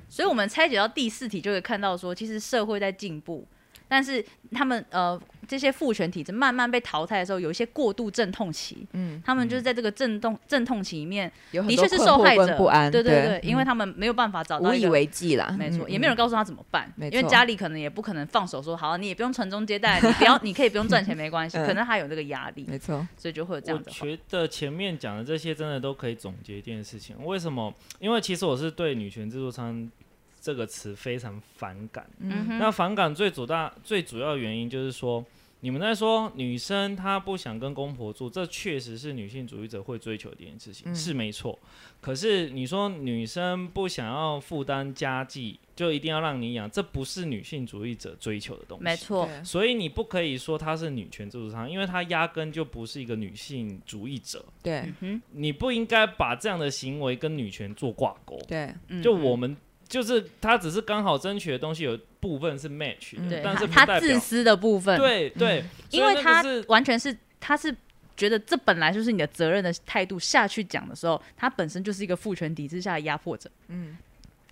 Speaker 1: 所以我们拆解到第四题，就会看到说，其实社会在进步，但是他们呃这些父权体制慢慢被淘汰的时候，有一些过度阵痛期，
Speaker 3: 嗯，
Speaker 1: 他们就是在这个阵痛阵痛期里面，
Speaker 3: 有很
Speaker 1: 的确
Speaker 3: 多
Speaker 1: 是
Speaker 3: 困
Speaker 1: 受
Speaker 3: 惑
Speaker 1: 害
Speaker 3: 跟
Speaker 1: 者，
Speaker 3: 不安，
Speaker 1: 对对
Speaker 3: 对，嗯
Speaker 1: 因为他们没有办法找到
Speaker 3: 无
Speaker 1: 一
Speaker 3: 以
Speaker 1: 个
Speaker 3: 为继啦，
Speaker 1: 没错，
Speaker 3: 嗯
Speaker 1: 也没有人
Speaker 3: 嗯
Speaker 1: 告诉他怎么办，
Speaker 3: 没
Speaker 1: 因为
Speaker 3: 错
Speaker 1: 家里可能也不可能放手说好，你也不用传宗接
Speaker 3: <laughs>
Speaker 1: 代，你不要，你可以不用赚钱没关系，
Speaker 3: 嗯
Speaker 1: 可能他有这个压力，
Speaker 3: 没错，
Speaker 1: 所以就会有这
Speaker 2: 我
Speaker 1: 样的话。
Speaker 2: 觉得前面讲的这些真的都可以总结一件事情，为什么？因为其实我是对“女权自助餐”这个词非常反感。
Speaker 1: 嗯
Speaker 3: 嗯，
Speaker 2: 那
Speaker 1: 哼，
Speaker 2: 反感最主大最主要原因就是说，你们在说女生她不想跟公婆住，这确实是女性主义者会追求的一件事情，
Speaker 3: 嗯
Speaker 2: 是没错。可是你说女生不想要负担家计，就一定要让你养，这不是女性主义者追求的东西。
Speaker 1: 没错，
Speaker 3: 对
Speaker 2: 所以你不可以说她是女权自助餐，因为她压根就不是一个女性主义者。
Speaker 3: 对
Speaker 1: 嗯哼，
Speaker 2: 你不应该把这样的行为跟女权做挂钩。
Speaker 3: 对，
Speaker 1: 嗯
Speaker 2: 就我们就是她只是刚好争取的东西有部分是 match
Speaker 3: 嗯
Speaker 2: 的，
Speaker 1: 对
Speaker 2: 但是不
Speaker 1: 他
Speaker 2: 代
Speaker 1: 他自
Speaker 2: 表
Speaker 1: 私的部分，
Speaker 2: 对对
Speaker 3: 嗯，
Speaker 2: 所
Speaker 1: 因
Speaker 2: 以
Speaker 1: 为
Speaker 2: 那个
Speaker 1: 他
Speaker 2: 是
Speaker 1: 完全是他是觉得这本来就是你的责任的态度下去讲的时候，他本身就是一个父权体制下的压迫者，
Speaker 3: 嗯，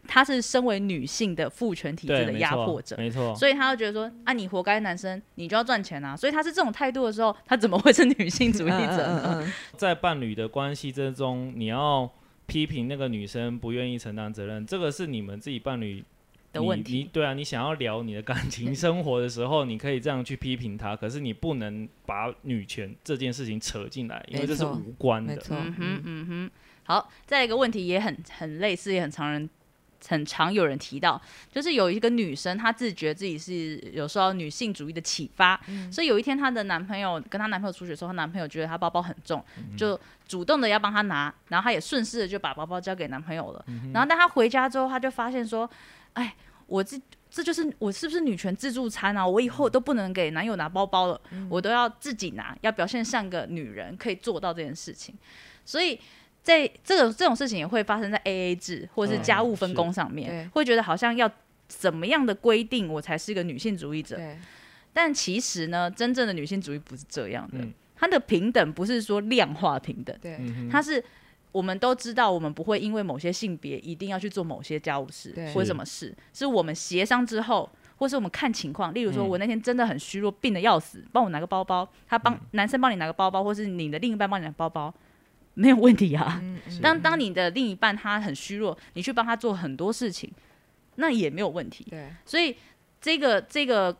Speaker 1: 他是身为女性的父权体制
Speaker 2: 对
Speaker 1: 的
Speaker 2: 没
Speaker 1: 压
Speaker 2: 错
Speaker 1: 迫者。
Speaker 2: 没错。
Speaker 1: 所以他就觉得说啊，你活该男生，你就要赚钱啊。所以他是这种态度的时候，他怎么会是女性主义
Speaker 3: 嗯
Speaker 1: 者
Speaker 3: 嗯
Speaker 1: 呢？
Speaker 3: 嗯嗯
Speaker 2: 在伴侣的关系之中，你要批评那个女生不愿意承担责任，这个是你们自己伴侣
Speaker 1: 的问
Speaker 2: 你你
Speaker 1: 题，
Speaker 2: 对啊，你想要聊你的感情生活的时候，你可以这样去批评她，可是你不能把女权这件事情扯进来，因为
Speaker 3: 没
Speaker 2: 这是
Speaker 3: 错
Speaker 2: 无关
Speaker 3: 没
Speaker 2: 的。
Speaker 3: 错，
Speaker 1: 嗯哼，嗯哼。好，再来一个问题，也很很类似，也很常人很常有人提到，就是有一个女生，她自觉自己是有受到女性主义的启发，
Speaker 3: 嗯
Speaker 1: 所以有一天她的男朋友跟她男朋友出去的时候，她男朋友觉得她包包很重，
Speaker 3: 嗯
Speaker 1: 就主动的要帮她拿，然后她也顺势的就把包包交给男朋友了。然后当她回家之后，她就发现说，哎，我这。这就是我是不是女权自助餐啊？我以后都不能给男友拿包包了，我都要自己拿，要表现像个女人，可以做到这件事情。所以在这种这种事情也会发生在 A A 制或者是
Speaker 2: 嗯
Speaker 1: 家务分工上面，
Speaker 3: 对
Speaker 1: 会觉得好像要怎么样的规定我才是一个女性主义者，
Speaker 3: 对，
Speaker 1: 但其实呢，真正的女性主义不是这样的，
Speaker 2: 嗯
Speaker 1: 它的平等不是说量化平等，
Speaker 3: 对，
Speaker 2: 嗯哼
Speaker 1: 它是。我们都知道，我们不会因为某些性别一定要去做某些家务事
Speaker 3: 对
Speaker 1: 或者什么事，是我们协商之后，或是我们看情况。例如说，
Speaker 2: 嗯
Speaker 1: 我那天真的很虚弱，病的要死，帮我拿个包包，他帮、
Speaker 3: 嗯
Speaker 1: 男生帮你拿个包包，或是你的另一半帮你拿包包，没有问题啊。
Speaker 3: 嗯
Speaker 1: <laughs>
Speaker 3: 嗯
Speaker 1: 当当你的另一半他很虚弱，你去帮他做很多事情，那也没有问题。
Speaker 3: 对
Speaker 1: 所以这个这个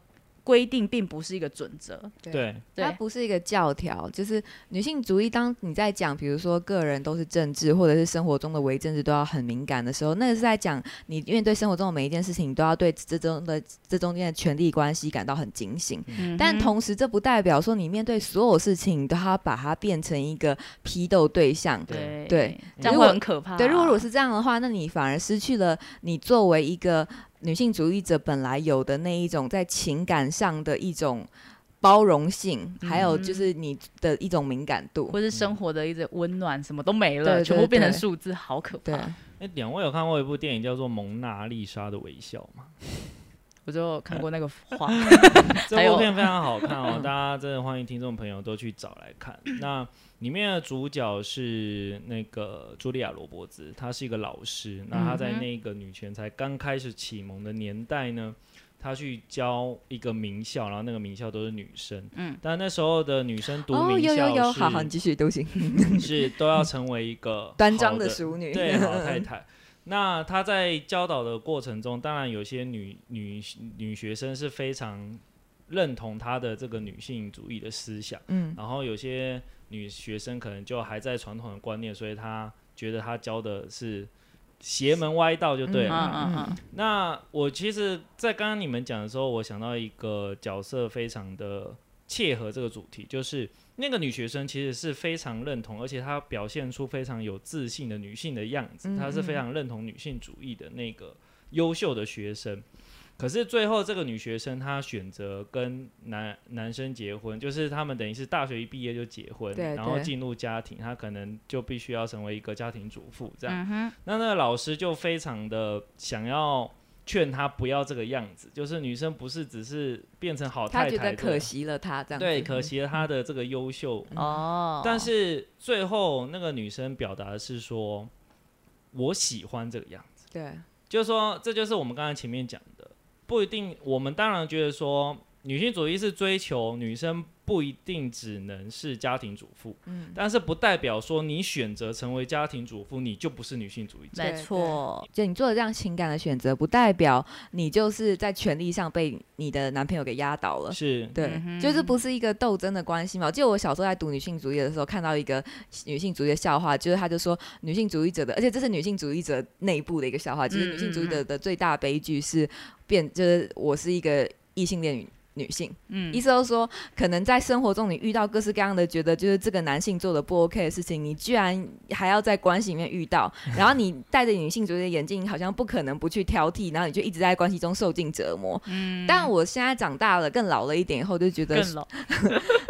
Speaker 1: 规定并不是一个准则，
Speaker 2: 对，
Speaker 1: 对
Speaker 3: 它不是一个教条，就是女性主义。当你在讲，比如说个人都是政治，或者是生活中的为政治都要很敏感的时候，那个是在讲你面对生活中的每一件事情，你都要对这中的这中间的权力关系感到很警醒。
Speaker 1: 嗯
Speaker 3: 但同时，这不代表说你面对所有事情，你都要把它变成一个批斗对象。
Speaker 1: 对
Speaker 3: 对，
Speaker 1: 这样会很可怕、啊
Speaker 3: 对，如果我是这样的话，那你反而失去了你作为一个女性主义者本来有的那一种在情感上的一种包容性，还有
Speaker 1: 嗯
Speaker 3: 就是你的一种敏感度。
Speaker 1: 或是生活的一直温暖，什么都没了，
Speaker 3: 嗯对对
Speaker 1: 全部变成
Speaker 3: 对
Speaker 1: 数字，好可
Speaker 3: 对
Speaker 1: 怕。
Speaker 2: 哎，两位有看过一部电影叫做《蒙娜丽莎的微笑》吗？
Speaker 1: 我就看过那个
Speaker 3: <laughs>
Speaker 1: 画。还
Speaker 2: 这
Speaker 1: 有
Speaker 2: 部片非常好看
Speaker 3: 嗯
Speaker 2: 哦，大家真的欢迎听众朋友都去找来看。那里面的主角是那个茱莉亚·罗伯兹，她是一个老师。那她在
Speaker 1: 嗯哼
Speaker 2: 那个女权才刚开始启蒙的年代呢，她去教一个名校，然后那个名校都是女生。
Speaker 1: 嗯，
Speaker 2: 但那时候的女生读
Speaker 3: 哦，
Speaker 2: 名校
Speaker 3: 有
Speaker 2: 是、
Speaker 3: 有有，好好，你继续都行。
Speaker 2: 是都要成为一个
Speaker 3: <laughs> 端庄
Speaker 2: 的
Speaker 3: 的淑女，
Speaker 2: 对，老
Speaker 3: <laughs>
Speaker 2: 太太。那她在教导的过程中，当然有些女女女学生是非常认同她的这个女性主义的思想，
Speaker 3: 嗯，
Speaker 2: 然后有些女学生可能就还在传统的观念，所以她觉得她教的是邪门歪道，就对啊
Speaker 1: 嗯
Speaker 2: 了。
Speaker 1: 嗯嗯，
Speaker 2: 那我其实，在刚刚你们讲的时候，我想到一个角色非常的切合这个主题，就是那个女学生其实是非常认同，而且她表现出非常有自信的女性的样子，
Speaker 3: 嗯
Speaker 2: 她是非常认同女性主义的那个优秀的学生。可是最后，这个女学生她选择跟男男生结婚，就是他们等于是大学一毕业就结婚，
Speaker 3: 对
Speaker 2: 然后
Speaker 3: 对
Speaker 2: 进入家庭，她可能就必须要成为一个家庭主妇这样。
Speaker 1: 嗯哼，
Speaker 2: 那那个老师就非常的想要劝她不要这个样子，就是女生不是只是变成好
Speaker 3: 她
Speaker 2: 太
Speaker 3: 觉
Speaker 2: 太
Speaker 3: 得可
Speaker 2: 的，
Speaker 3: 惜了她这样子，嗯
Speaker 2: 对，可惜了她的这个优秀。
Speaker 1: 哦，
Speaker 2: 但是最后那个女生表达的是说，我喜欢这个样子，
Speaker 3: 对，
Speaker 2: 就是说这就是我们刚才前面讲的，不一定。我们当然觉得说，女性主义是追求女生不一定只能是家庭主妇，
Speaker 3: 嗯，
Speaker 2: 但是不代表说你选择成为家庭主妇，你就不是女性主义者。
Speaker 1: 没错，
Speaker 3: 就你做了这样情感的选择，不代表你就是在权力上被你的男朋友给压倒了。
Speaker 2: 是，
Speaker 3: 对
Speaker 1: 嗯哼，
Speaker 3: 就是不是一个斗争的关系嘛。我记得我小时候在读女性主义的时候，看到一个女性主义的笑话，就是他就说女性主义者的，而且这是女性主义者内部的一个笑话，就是女性
Speaker 1: 嗯
Speaker 3: 主义者的最大悲剧是变，就是我是一个异性恋女女性，
Speaker 1: 嗯
Speaker 3: 意，思就是说，可能在生活中你遇到各式各样的觉得就是这个男性做的不 OK 的事情，你居然还要在关系里面遇到，然后你戴着女性主义的眼镜，好像不可能不去挑剔，然后你就一直在关系中受尽折磨。
Speaker 1: 嗯
Speaker 3: 但我现在长大了，更老了一点以后，就觉得
Speaker 1: 更老，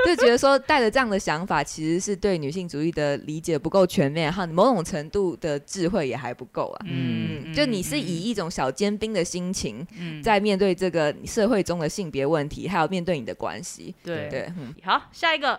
Speaker 3: 就觉得说，带着这样的想法，其实是对女性主义的理解不够全面，然后某种程度的智慧也还不够啊。嗯，就你是以一种小尖兵的心情，
Speaker 1: 嗯
Speaker 3: 在面对这个社会中的性别问题，还有面对你的关系。
Speaker 1: 对
Speaker 3: 对，嗯
Speaker 1: 好，下一个，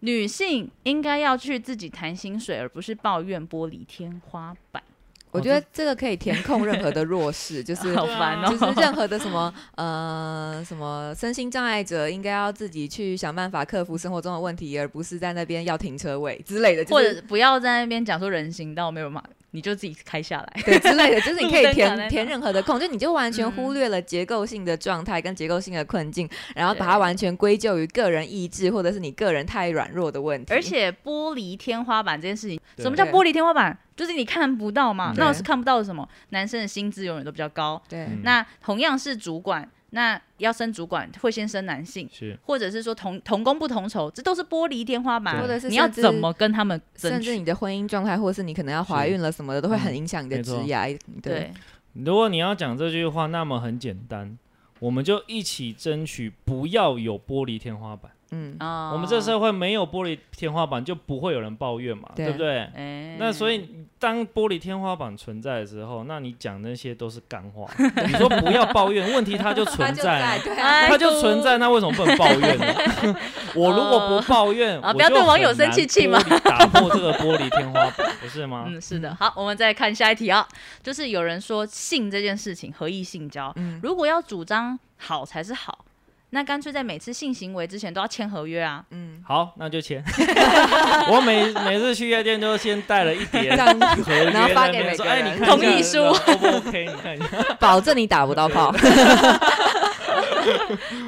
Speaker 1: 女性应该要去自己谈薪水，而不是抱怨玻璃天花板。
Speaker 3: 我觉得这个可以填空任何的弱
Speaker 1: <laughs>
Speaker 3: 势，就是
Speaker 1: 哦
Speaker 3: 啊
Speaker 1: 好烦哦、
Speaker 3: 就是任何的什么呃什么身心障碍者应该要自己去想办法克服生活中的问题，而不是在那边要停车位之类的，就
Speaker 1: 或
Speaker 3: 是
Speaker 1: 者不要在那边讲说人行道没有嘛，你就自己开下来。
Speaker 3: 对之类的，就是你可
Speaker 1: 路
Speaker 3: 以
Speaker 1: 灯卡在
Speaker 3: 填
Speaker 1: 哪
Speaker 3: 填任何的空，就你就完全
Speaker 1: 嗯
Speaker 3: 忽略了结构性的状态跟结构性的困境，然后把
Speaker 1: 对
Speaker 3: 它完全归咎于个人意志或者是你个人太软弱的问题。
Speaker 1: 而且玻璃天花板这件事情，
Speaker 2: 对
Speaker 1: 什么叫玻璃天花板？就是你看不到嘛。
Speaker 2: 对
Speaker 1: 那我是看不到的什么？男生的薪资永远都比较高。
Speaker 3: 对，
Speaker 2: 嗯
Speaker 1: 那同样是主管，那要升主管会先升男性，
Speaker 2: 是
Speaker 1: 或者是说同同工不同酬，这都是玻璃天花板。啊
Speaker 2: 对
Speaker 3: 或者是
Speaker 1: 嗯你要
Speaker 3: 甚至
Speaker 1: 怎么跟他们争
Speaker 3: 甚至
Speaker 1: 取？
Speaker 3: 你的婚姻状态，或是你可能要怀
Speaker 2: 是
Speaker 3: 孕了什么的，都会很
Speaker 2: 嗯
Speaker 3: 影响你的
Speaker 2: 没
Speaker 3: 职
Speaker 2: 错
Speaker 3: 涯。对，
Speaker 1: 对，
Speaker 2: 如果你要讲这句话，那么很简单，我们就一起争取不要有玻璃天花板。
Speaker 3: 嗯，
Speaker 1: 啊
Speaker 2: 我们这社会没有玻璃天花板，就不会有人抱怨嘛，
Speaker 3: 对
Speaker 2: 对不对？
Speaker 1: 哎
Speaker 2: 那所以，当玻璃天花板存在的时候，那你讲那些都是干
Speaker 1: <laughs>
Speaker 2: 话。你说不要抱怨，问题它就存在啊，
Speaker 3: 对啊，
Speaker 1: 哎
Speaker 2: 它就存在，那为什么不能抱怨呢？
Speaker 1: <laughs>
Speaker 2: 我如果不抱怨，
Speaker 1: 啊
Speaker 2: 我
Speaker 1: 不要
Speaker 2: 就
Speaker 1: 对网
Speaker 2: 很
Speaker 1: 友生
Speaker 2: 难
Speaker 1: 气气
Speaker 2: 玻
Speaker 1: 嘛
Speaker 2: 璃打破这个玻璃天花板，不是吗？
Speaker 1: 嗯，是的。好，我们再看下一题啊，就是有人说性这件事情合意性交，
Speaker 3: 嗯，
Speaker 1: 如果要主张好才是好，那干脆在每次性行为之前都要签合约啊。
Speaker 3: 嗯，
Speaker 2: 好，那就签。 <laughs> 我每每次去夜店都先带了一叠
Speaker 3: 这样
Speaker 2: <laughs> 合约，
Speaker 3: 然后发给
Speaker 2: 那边
Speaker 3: 每
Speaker 2: 说
Speaker 3: 个
Speaker 2: 哎，你
Speaker 3: 人，
Speaker 2: 看
Speaker 1: 同意书
Speaker 2: O 不 OK？你看一
Speaker 1: <laughs>
Speaker 2: 下，
Speaker 3: 保证你打不
Speaker 2: <laughs>
Speaker 3: 到炮。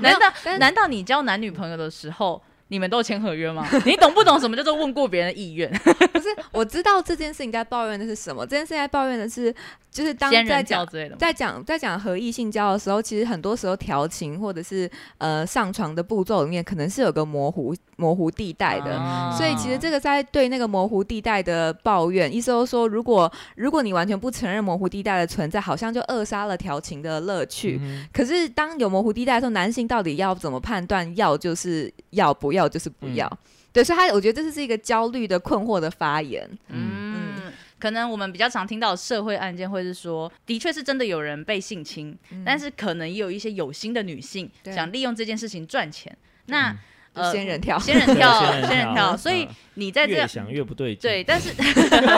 Speaker 1: 难道
Speaker 3: 但
Speaker 1: 难道你交男女朋友的时候，你们都有签合约吗？ <laughs> 你懂不懂什么叫做问过别人的意愿？
Speaker 3: 不是，我知道这件事情在抱怨的是什么，这件事情在抱怨的是，就是 <laughs> 当
Speaker 1: 仙
Speaker 3: 在
Speaker 1: 人
Speaker 3: 讲
Speaker 1: 跳之类的吗？
Speaker 3: 在讲在讲合意性交的时候，其实很多时候调情或者是呃上床的步骤里面，可能是有个模糊模糊地带的。
Speaker 1: 啊
Speaker 3: 所以其实这个在对那个模糊地带的抱怨，意思就是说，如果如果你完全不承认模糊地带的存在，好像就扼杀了调情的乐趣。
Speaker 1: 嗯
Speaker 2: 嗯
Speaker 3: 可是当有模糊地带的时候，男性到底要怎么判断要就是要，不
Speaker 1: 嗯
Speaker 3: 要就是不要？对，所以他我觉得这是一个焦虑的困惑的发言。
Speaker 2: 嗯
Speaker 1: 嗯，可能我们比较常听到的社会案件，会是说，的确是真的有人被性侵，
Speaker 3: 嗯
Speaker 1: 但是可能也有一些有心的女性
Speaker 3: 对嗯
Speaker 1: 想利用这件事情赚钱。那、呃，
Speaker 3: 仙人
Speaker 1: <laughs>
Speaker 3: 跳，
Speaker 1: 仙人跳，
Speaker 2: 对
Speaker 1: 仙人跳，所以
Speaker 2: 嗯
Speaker 1: 你在这
Speaker 2: 越想越不对劲。
Speaker 1: 对，但是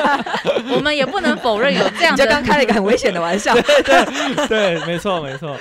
Speaker 1: <laughs> 我们也不能否认有这样
Speaker 3: 你就
Speaker 1: 的，
Speaker 3: 刚开了一个很危险的玩笑，
Speaker 2: <laughs> 对，没错没错，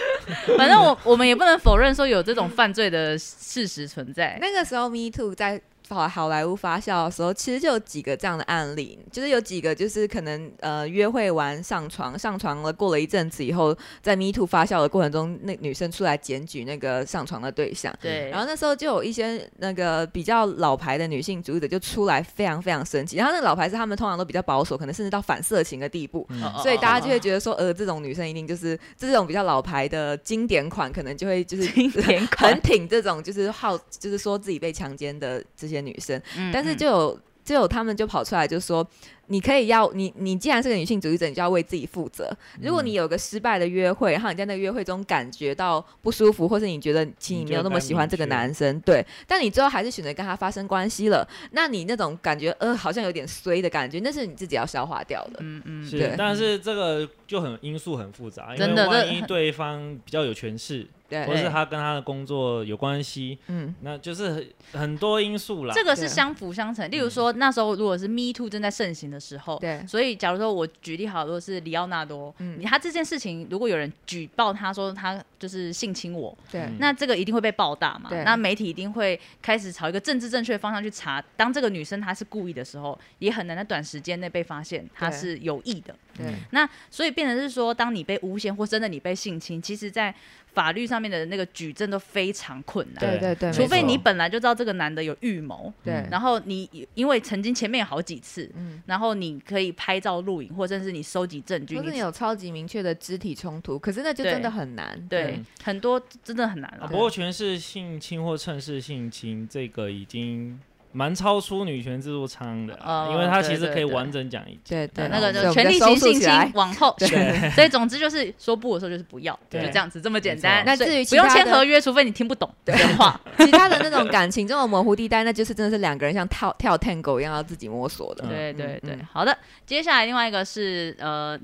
Speaker 1: 反正我我们也不能否认说有这种犯罪的事实存在。
Speaker 3: 那个时候 Me Too 在好好莱坞发酵的时候，其实就有几个这样的案例，就是有几个就是可能呃约会完上床，上床了过了一阵子以后，在 Me Too 发酵的过程中，那女生出来检举那个上床的对象。
Speaker 1: 对，
Speaker 3: 然后那时候就有一些那个比较老牌的女性主义者就出来，非常非常生气。然后那个老牌是他们通常都比较保守，可能甚至到反色情的地步。
Speaker 2: 嗯
Speaker 1: 哦
Speaker 3: 所以大家就会
Speaker 1: 哦
Speaker 3: 觉得说，呃，这种女生一定就是这种比较老牌的经典款，可能就会就是
Speaker 1: 经典款
Speaker 3: 很挺这种就是好，就是说自己被强奸的这些女生。
Speaker 1: 哦嗯
Speaker 3: 但是
Speaker 1: 嗯
Speaker 3: 就有就有他们就跑出来就说，你可以要你你既然是个女性主义者，你就要为自己负责。如果你有个失败的约会，然后你在那个约会中感觉到不舒服，或是你觉得其实
Speaker 2: 你
Speaker 3: 你
Speaker 2: 就
Speaker 3: 没有那么喜欢这个
Speaker 2: 该明确
Speaker 3: 男生，对，但你最后还是选择跟他发生关系了，那你那种感觉呃好像有点衰的感觉，那是你自己要消化掉的。
Speaker 1: 嗯嗯，
Speaker 2: 是
Speaker 3: 对，
Speaker 2: 但是这个就很因素很复杂，因
Speaker 1: 真
Speaker 2: 为
Speaker 1: 的
Speaker 2: 万
Speaker 1: 这
Speaker 2: 一对方比较有权势，
Speaker 3: 对，
Speaker 2: 或是他跟他的工作有关系，
Speaker 3: 嗯。
Speaker 2: 那就是很很多因素啦。嗯
Speaker 1: 这个是
Speaker 3: 对啊
Speaker 1: 相辅相成。例如说，那时候如果是 Me Too 正在盛行的时候，
Speaker 3: 对
Speaker 1: 所以假如说我举例好，如果是里奥纳多，
Speaker 3: 嗯
Speaker 1: 他这件事情如果有人举报他说他就是性侵我，
Speaker 3: 对
Speaker 2: 嗯
Speaker 1: 那这个一定会被报大嘛？
Speaker 3: 对
Speaker 1: 那媒体一定会开始朝一个政治正确的方向去查。当这个女生她是故意的时候，也很难在短时间内被发现她
Speaker 3: 对
Speaker 1: 是有意的。
Speaker 2: 嗯
Speaker 3: 对
Speaker 1: 那所以变成是说，当你被诬陷或真的你被性侵，其实在法律上面的那个举证都非常困难。
Speaker 3: 对对对
Speaker 1: 除非
Speaker 2: 没错
Speaker 1: 你本来就知道这个男的有预谋，
Speaker 3: 对，
Speaker 1: 然后你因为曾经前面有好几次，
Speaker 3: 嗯
Speaker 1: 然后你可以拍照录影，或甚至你收集证据，
Speaker 3: 或是
Speaker 1: 你
Speaker 3: 你有超级明确的肢体冲突，可是那就真
Speaker 1: 对
Speaker 3: 的很难。
Speaker 1: 对、
Speaker 2: 嗯
Speaker 1: 很多真的很难了、
Speaker 3: 哦
Speaker 2: 啊，不过权势性侵或趁势性侵这个已经蛮超出女权自助舱的啦、
Speaker 1: 哦
Speaker 2: 因为它
Speaker 1: 对
Speaker 2: 其实
Speaker 1: 对
Speaker 2: 可以
Speaker 1: 对
Speaker 2: 完整讲一集。
Speaker 3: 对对，
Speaker 1: 那个
Speaker 3: 所以
Speaker 1: 就
Speaker 3: 我们
Speaker 1: 权
Speaker 3: 再
Speaker 1: 力
Speaker 3: 收
Speaker 1: 型
Speaker 3: 束
Speaker 1: 性
Speaker 3: 起
Speaker 1: 侵
Speaker 3: 来
Speaker 1: 往后
Speaker 2: 对
Speaker 1: 选，所以总之就是说不的时候就是不要，就
Speaker 2: 对
Speaker 1: 这样子这么简
Speaker 2: 没
Speaker 1: 单。
Speaker 2: 错
Speaker 3: 那
Speaker 1: 所以
Speaker 3: 至于其
Speaker 1: 不用
Speaker 3: 他
Speaker 1: 签
Speaker 3: 的
Speaker 1: 合约，除非你听不懂的话，
Speaker 3: 其他的那种感情这种模糊地带，那就是真的是两个人像跳跳 tango 一样要自己摸索的。
Speaker 1: 对对
Speaker 3: 嗯
Speaker 1: 对，
Speaker 3: 嗯
Speaker 1: 好的。接下来另外一个是呃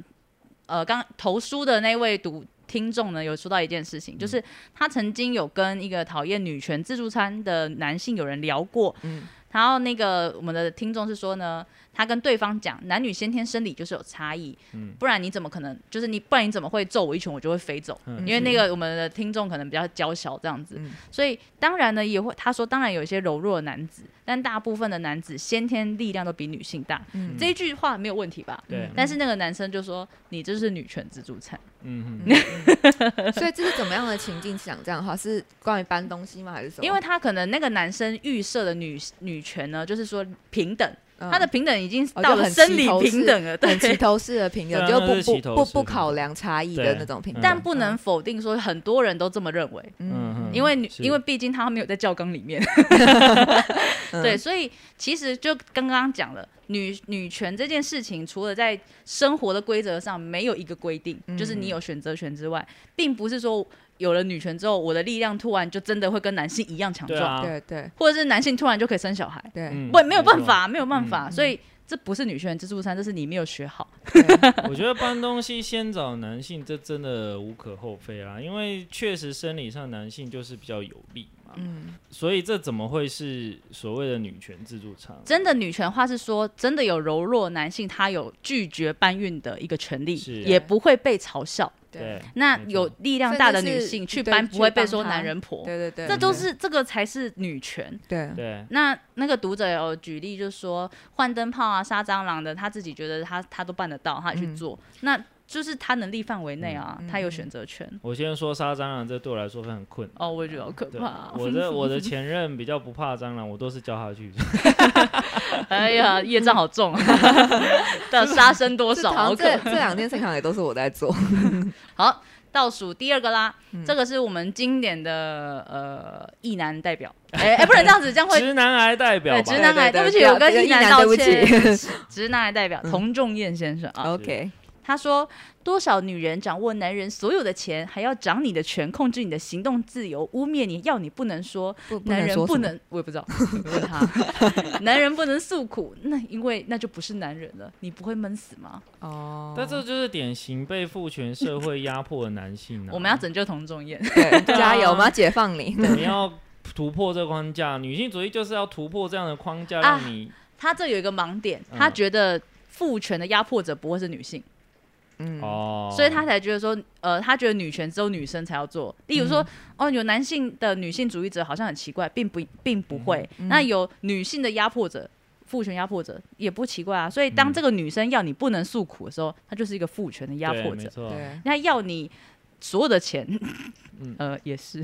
Speaker 1: 呃，刚投书的那位读听众呢，有说到一件事
Speaker 3: 嗯
Speaker 1: 情，就是他曾经有跟一个讨厌女权自助餐的男性有人聊过，
Speaker 3: 嗯
Speaker 1: 然后那个我们的听众是说呢，他跟对方讲，男女先天生理就是有差异，
Speaker 2: 嗯
Speaker 1: 不然你怎么可能就是你不然你怎么会揍我一拳我就会飞走？
Speaker 2: 嗯
Speaker 1: 因为那个我们的听众可能比较娇小这样子，
Speaker 3: 嗯
Speaker 1: 所以当然呢也会他说当然有一些柔弱的男子，但大部分的男子先天力量都比女性大，
Speaker 3: 嗯
Speaker 1: 这一句话没有问题吧？
Speaker 2: 对，
Speaker 1: 但是那个男生就说你这是女权自助餐，
Speaker 2: 嗯嗯，
Speaker 3: 所以这是怎么样的情境想这样的话，是关于搬东西吗？还是什么？
Speaker 1: 因为他可能那个男生预设的女女权呢，就是说平等，
Speaker 3: 嗯
Speaker 1: 他的平等已经
Speaker 3: 哦就
Speaker 1: 到了
Speaker 3: 很齐
Speaker 1: 生理
Speaker 3: 头
Speaker 1: 平
Speaker 3: 是
Speaker 1: 等了，
Speaker 3: 很齐
Speaker 1: 对。
Speaker 3: 头式的
Speaker 1: <laughs>
Speaker 3: 平
Speaker 2: 对
Speaker 3: 等，
Speaker 2: 啊
Speaker 3: 就
Speaker 2: 那是齐
Speaker 3: 不
Speaker 2: 头
Speaker 3: 不不
Speaker 2: 式
Speaker 3: 不
Speaker 2: 的
Speaker 3: 考量差异的
Speaker 2: 对
Speaker 3: 那种平
Speaker 2: 嗯
Speaker 3: 等，
Speaker 1: 但不能否定说很多人都这么认为，
Speaker 2: 嗯嗯
Speaker 1: 因为女
Speaker 2: 是
Speaker 1: 因为毕竟他没有在教纲里
Speaker 2: <laughs>
Speaker 1: 面，
Speaker 3: 嗯
Speaker 1: 对，所以其实就刚刚讲了，女女权这件事情，除了在生活的规则上没有一个规定，就是
Speaker 2: 嗯
Speaker 1: 你有选择权之外，并不是说有了女权之后，我的力量突然就真的会跟男性一样强
Speaker 2: 对
Speaker 1: 壮，
Speaker 2: 啊，
Speaker 3: 对对
Speaker 1: 或者是男性突然就可以生小孩，
Speaker 3: 对
Speaker 2: 嗯
Speaker 1: 不，没有办。
Speaker 2: 错嗯
Speaker 1: 法，没有办法，所以这不是女权自助餐，这是你没有学好，
Speaker 3: 对，
Speaker 2: 我觉得搬东西先找男性，这真的无可厚非啦，因为确实生理上男性就是比较有力嘛，
Speaker 1: <laughs>
Speaker 3: 嗯，
Speaker 2: 所以这怎么会是所谓的女权自助舱？
Speaker 1: 真的女权化是说，真的有柔弱男性，他有拒绝搬运的一个权利，
Speaker 2: 是
Speaker 1: 也不会被嘲笑。
Speaker 2: 对
Speaker 3: 对，
Speaker 1: 那
Speaker 2: 没错
Speaker 1: 有力量大的女性去
Speaker 3: 甚至是
Speaker 1: 搬，
Speaker 3: 对
Speaker 1: 不会被
Speaker 3: 去帮
Speaker 1: 说
Speaker 3: 她
Speaker 1: 男人婆。
Speaker 3: 对对对，
Speaker 1: 这都是这个才是女权。
Speaker 3: 对
Speaker 2: 对，
Speaker 1: 那那个读者有举例，就说换灯泡啊、杀蟑螂的，他自己觉得他他都办得到，他也去
Speaker 3: 嗯
Speaker 1: 做，那就是他能力范围内啊，
Speaker 3: 嗯
Speaker 1: 他有
Speaker 3: 嗯
Speaker 1: 选择权。
Speaker 2: 我先说杀蟑螂，这对我来说会很困难。
Speaker 1: 哦，我也觉得好可
Speaker 2: 对
Speaker 1: 怕，。哦
Speaker 2: 我的我
Speaker 1: <laughs>
Speaker 2: 的前任比较不怕蟑螂，我都是叫他去。
Speaker 1: 哎呀，业障好重，啊 <laughs>
Speaker 3: <laughs>
Speaker 1: 的杀生多
Speaker 3: 这
Speaker 1: 少？啊
Speaker 3: 好
Speaker 1: 好
Speaker 3: 像
Speaker 1: 可
Speaker 3: 这这两件事情好像也都是我
Speaker 1: <laughs>
Speaker 3: 在做，
Speaker 1: 好，倒数第二个啦，
Speaker 3: 嗯
Speaker 1: 这个是我们经典的呃意男代
Speaker 3: <laughs>
Speaker 1: 表，哎、哎，不能这样子，这样会。
Speaker 2: 直男癌代表
Speaker 1: 对，
Speaker 2: 吧
Speaker 1: 直，男癌，对
Speaker 3: 对对
Speaker 1: 不起，
Speaker 3: 对
Speaker 1: 我跟
Speaker 3: 这个
Speaker 1: 意
Speaker 3: 意男
Speaker 1: 道
Speaker 3: 对不
Speaker 1: 歉。直男癌代表童仲彦先生啊，
Speaker 3: OK，
Speaker 1: 他说：“多少女人掌握男人所有的钱，还要掌你的权，控制你的行动自由，污蔑你，要你不能说，
Speaker 3: 不不
Speaker 1: 男
Speaker 3: 能
Speaker 1: 人
Speaker 3: 说
Speaker 1: 不
Speaker 3: 什么
Speaker 1: 能，我也不知道，我没问他，男人不能诉苦，那因为那就不是男人了，你不会闷死吗？
Speaker 3: 哦，
Speaker 2: 但这就是典型被父权社会压迫的男性、啊。
Speaker 1: 我们要拯救童仲彦， <laughs>
Speaker 3: 对加
Speaker 1: 啊
Speaker 3: 油，我们要解放你。
Speaker 2: 我们要突破这个框架，女性主义就是要突破这样的框架，
Speaker 1: 啊
Speaker 2: 让你、
Speaker 1: 他这有一个盲点，他
Speaker 2: 嗯
Speaker 1: 觉得父权的压迫者不会是女性，
Speaker 3: 嗯，
Speaker 2: 哦，
Speaker 1: 所以他才觉得说，呃，他觉得女权只有女生才要做。例如说，
Speaker 2: 嗯
Speaker 1: 哦，有男性的女性主义者好像很奇怪，并不并不会。
Speaker 3: 嗯
Speaker 1: 那有女性的压迫者。父权压迫者也不奇怪啊，所以当
Speaker 2: 嗯
Speaker 1: 这个女生要你不能诉苦的时候，她就是一个父权的压
Speaker 2: 对
Speaker 1: 迫
Speaker 2: 没
Speaker 1: 者，
Speaker 2: 错
Speaker 3: 对，
Speaker 1: 她要你所有的钱，
Speaker 2: 嗯
Speaker 1: <laughs> 呃，也是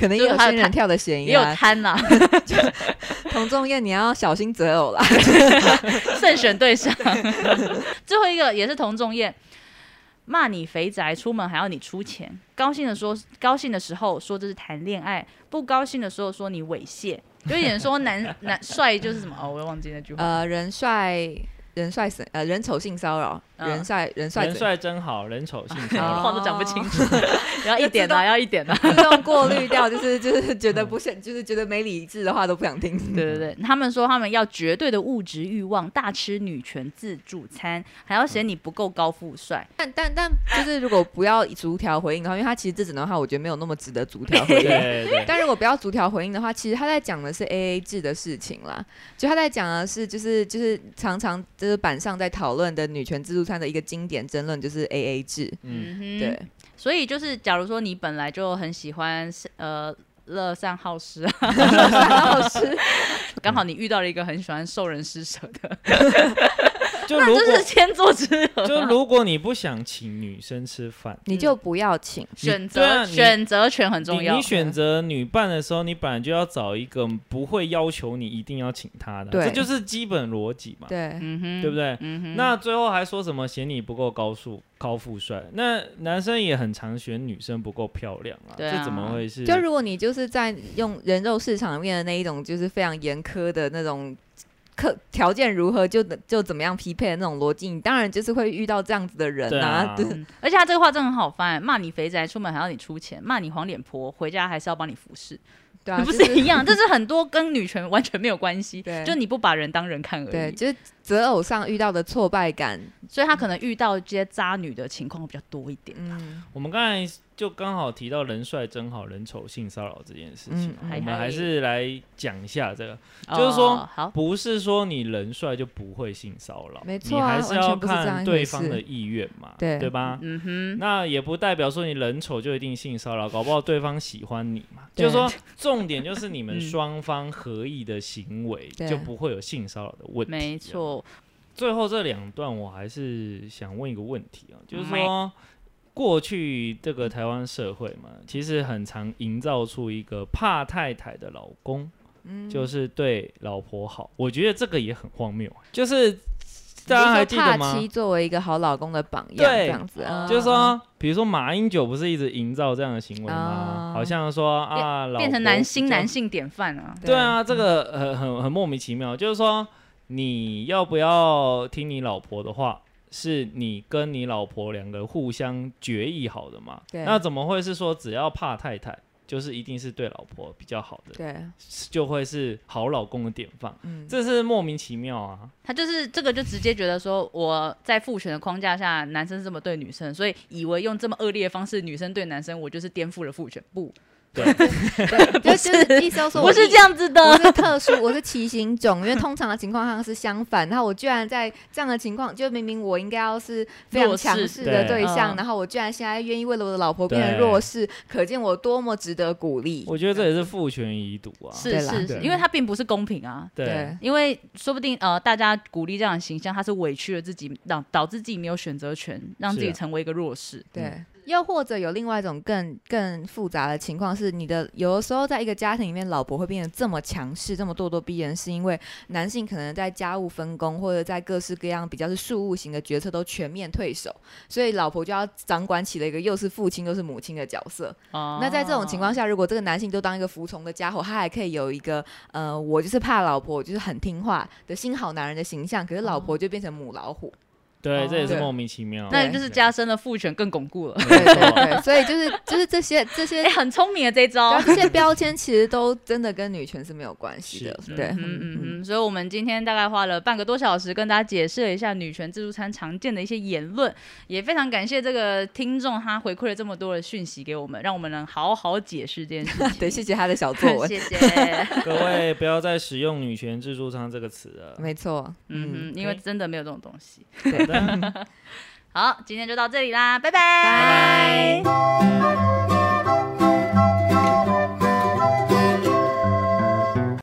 Speaker 3: 可能也
Speaker 1: 就是
Speaker 3: 有
Speaker 1: 他的
Speaker 3: 仙人跳的嫌
Speaker 1: 也
Speaker 3: 疑
Speaker 1: 有
Speaker 3: 啊。
Speaker 1: 贪啦，
Speaker 3: 童仲彦，你要小心择偶啦。
Speaker 1: 慎选对象。 <laughs> 最后一个也是同仲彦，骂你肥宅，出门还要你出钱。高兴的说，高兴的时候说这是谈恋爱，不高兴的时候说你猥亵。有点说男 <laughs> 男帅就是什么哦，我又忘记那句话。
Speaker 3: 呃，人帅人帅神，呃，人丑性骚扰，
Speaker 1: 嗯
Speaker 3: 人帅人帅
Speaker 2: 人
Speaker 3: 嘴，
Speaker 2: 帅真好，人丑
Speaker 1: <laughs>
Speaker 2: 性骚
Speaker 1: 我
Speaker 2: 扰。
Speaker 3: 哦
Speaker 1: 话都讲不清楚， <laughs> 要一点啊，要一点啊。
Speaker 3: 自动过滤掉，就是就是 <laughs> 觉得不想，就是觉得没理智的话都不想听。
Speaker 1: 对对对，他们说他们要绝对的物质欲望，大吃女权自助餐，还要嫌你不够高富帅。
Speaker 3: 但但但就是如果不要逐条回应的话，因为他其实这整段话我觉得没有那么值得逐
Speaker 1: 哦
Speaker 3: 条回
Speaker 2: 对
Speaker 3: 应。
Speaker 2: 对对，
Speaker 3: <laughs> 但如果不要逐条回应的话，其实他在讲的是 A A 制的事情啦，就他在讲的是就是就是常常就是板上在讨论的女权自助餐的一个经典争论就是 A A 制，
Speaker 2: 嗯，
Speaker 1: 哼
Speaker 3: 对，
Speaker 1: 所以就是，假如说你本来就很喜欢呃乐善好
Speaker 2: <laughs>
Speaker 1: 施啊，
Speaker 3: 老师
Speaker 1: 刚好你遇到了一个很喜欢受人施舍的，
Speaker 2: 就如
Speaker 1: 就是
Speaker 2: 果
Speaker 1: 天作之合啊，
Speaker 2: 嗯就如果你不想请女生吃饭，
Speaker 3: 你就不要请，
Speaker 1: 选
Speaker 2: 对啊
Speaker 1: 择
Speaker 2: 你
Speaker 1: 选择权很重
Speaker 2: 你
Speaker 1: 要。
Speaker 2: 你
Speaker 3: 嗯
Speaker 2: 选择女伴的时候，你本来就要找一个不会要求你一定要请她的，啊
Speaker 3: 对
Speaker 2: 这就是基本逻辑嘛，
Speaker 3: 对，
Speaker 1: 嗯哼，
Speaker 2: 对不？对？
Speaker 1: 嗯哼，
Speaker 2: 那最后还说什么嫌你不够高速高富帅？那男生也很常选女生不够漂亮啊，
Speaker 1: 对啊
Speaker 2: 这怎么会是？
Speaker 3: 就如果你就是在用人肉市场里面的那一种，就是非常严苛的那种。客条件如何就就怎么样匹配的那种逻辑，你当然就是会遇到这样子的人
Speaker 2: 对啊
Speaker 3: <laughs> 对
Speaker 1: 嗯而且他这个话真的很好翻，骂你肥宅，出门还要你出钱；骂你黄脸婆，回家还是要帮你服侍，
Speaker 3: 对啊，
Speaker 1: 不
Speaker 3: 就是
Speaker 1: 一样？这是很多跟女权完全没有关系
Speaker 3: 对，
Speaker 1: 就你不把人当人看而
Speaker 3: 对，
Speaker 1: 已。
Speaker 3: 就是择偶上遇到的挫败感，
Speaker 1: 所以他可能遇到这些渣女的情况比较多一点。
Speaker 3: 嗯，
Speaker 2: 我们刚才就刚好提到人帅真好人丑性骚扰这件事情啊，
Speaker 3: 嗯嗯
Speaker 2: 我们还是来讲一下这个，
Speaker 1: 哦
Speaker 2: 就是说
Speaker 1: 好，
Speaker 2: 不是说你人帅就不会性骚扰，
Speaker 3: 没错
Speaker 2: 你
Speaker 3: 啊
Speaker 2: 还是
Speaker 3: 完
Speaker 2: 要
Speaker 3: 全不是这样
Speaker 2: 看
Speaker 3: 一回
Speaker 2: 对方
Speaker 3: 事
Speaker 2: 的意愿嘛，
Speaker 3: 对
Speaker 2: 对吧？
Speaker 1: 嗯哼，
Speaker 2: 那也不代表说你人丑就一定性骚扰，搞不好对方喜欢你嘛。
Speaker 3: 对
Speaker 2: 就是说，重点就是
Speaker 3: <laughs>
Speaker 2: 你们
Speaker 1: 嗯
Speaker 2: 双方合意的行为，
Speaker 3: 对
Speaker 2: 就不会有性骚扰的问题。啊
Speaker 1: 没。错，
Speaker 2: 最后这两段，我还是想问一个问题啊，
Speaker 3: 嗯
Speaker 2: 就是
Speaker 1: 没
Speaker 2: 说，过去这个台湾社会嘛，其实很常营造出一个怕太太的老公，
Speaker 3: 嗯
Speaker 2: 就是对老婆好。我觉得这个也很荒谬，啊就是大家还记得
Speaker 3: 你是说
Speaker 2: 吗
Speaker 3: 怕？妻作为一个好老公的榜样，
Speaker 2: 对
Speaker 3: 这样子，
Speaker 1: 嗯
Speaker 3: 啊，
Speaker 2: 就是说，比如说马英九不是一直营造这样的行为吗？
Speaker 3: 啊
Speaker 2: 好像说啊，老
Speaker 1: 哦变成
Speaker 2: 婆
Speaker 1: 男
Speaker 2: 比
Speaker 1: 新
Speaker 2: 较
Speaker 1: 男。性典范啊。
Speaker 2: 对啊，这个很很很莫名其妙，就是说你要不要听你老婆的话？是你跟你老婆两个互相决议好的嘛？
Speaker 3: 对
Speaker 2: 那怎么会是说只要怕太太，就是一定是对老婆比较好的，
Speaker 3: 对，
Speaker 2: 就会是好老公的典范？
Speaker 3: 嗯，
Speaker 2: 这是莫名其妙啊！
Speaker 1: 他就是这个，就直接觉得说我在父权的框架下，男生是这么对女生，所以以为用这么恶劣的方式，女生对男生，我就是颠覆了父权。不，
Speaker 3: 对就就是意思要说
Speaker 1: 不
Speaker 3: 我
Speaker 1: 是
Speaker 3: 一
Speaker 1: 这。样子
Speaker 3: <laughs> 我哦
Speaker 1: 的。
Speaker 3: 是特殊，我是奇形种，因为通常的情况上是相反，然后我居然在这样的情况，就明明我应该要是非常
Speaker 1: 弱势
Speaker 3: 强势的
Speaker 2: 对
Speaker 3: 对象，
Speaker 1: 嗯
Speaker 3: 然后我居然现在愿意为了我的老婆变
Speaker 2: 对
Speaker 3: 成弱势，可见我多么值得鼓励。
Speaker 2: 我觉得这也是父权遗毒啊！
Speaker 1: 是
Speaker 3: 对啦
Speaker 1: 是是，因为他并不是公平啊。
Speaker 2: 对，
Speaker 1: 因为说不定呃，大家鼓励这样的形象，他是委屈了自己，导导致自己没有选择权，让自
Speaker 2: 是
Speaker 1: 己
Speaker 2: 啊
Speaker 1: 成为一个弱势。
Speaker 3: 对，又或者有另外一种更更复杂的情况是，你的有的时候在一个家庭里面，老婆会变得这么强势、这么咄咄逼人，是因为男性可能在家务分工或者在各式各样比较是事务型的决策都全面退守，所以老婆就要掌管起了一个又是父亲又是母亲的角色。
Speaker 1: 哦
Speaker 3: 那在这种情况下，如果这个男性就当一个服从的家伙，他还可以有一个呃，我就是怕老婆，我就是很听话的新好男人的形象，可是老婆就变成母老虎。
Speaker 2: 对，这也是
Speaker 3: 对
Speaker 2: 莫名其妙。
Speaker 1: 哦那就是加深了父权，更巩固了。
Speaker 3: 对对对，所以就是就是这些这些
Speaker 1: 哎、很聪明的这一招。
Speaker 3: 然后这些标签其实都真的跟女权是没有关系的，对，
Speaker 1: 嗯嗯嗯嗯，所以我们今天大概花了半个多小时跟大家解释了一下女权自助餐常见的一些言论，也非常感谢这个听众他回馈了这么多的讯息给我们，让我们能好好解释这件
Speaker 3: <laughs>
Speaker 1: 事情。
Speaker 3: 嗯对，谢谢他的小作文，
Speaker 1: <laughs> 谢嗯谢。
Speaker 2: <laughs> 各位不要再使用“女权自助餐”这个词了。
Speaker 3: 没错，
Speaker 1: 嗯哼，
Speaker 3: 嗯，
Speaker 1: 因为真的没有这种东西。 <laughs>
Speaker 2: 好的
Speaker 1: 好，今天就到这里啦，拜拜。
Speaker 2: 拜
Speaker 3: 拜拜
Speaker 2: 拜。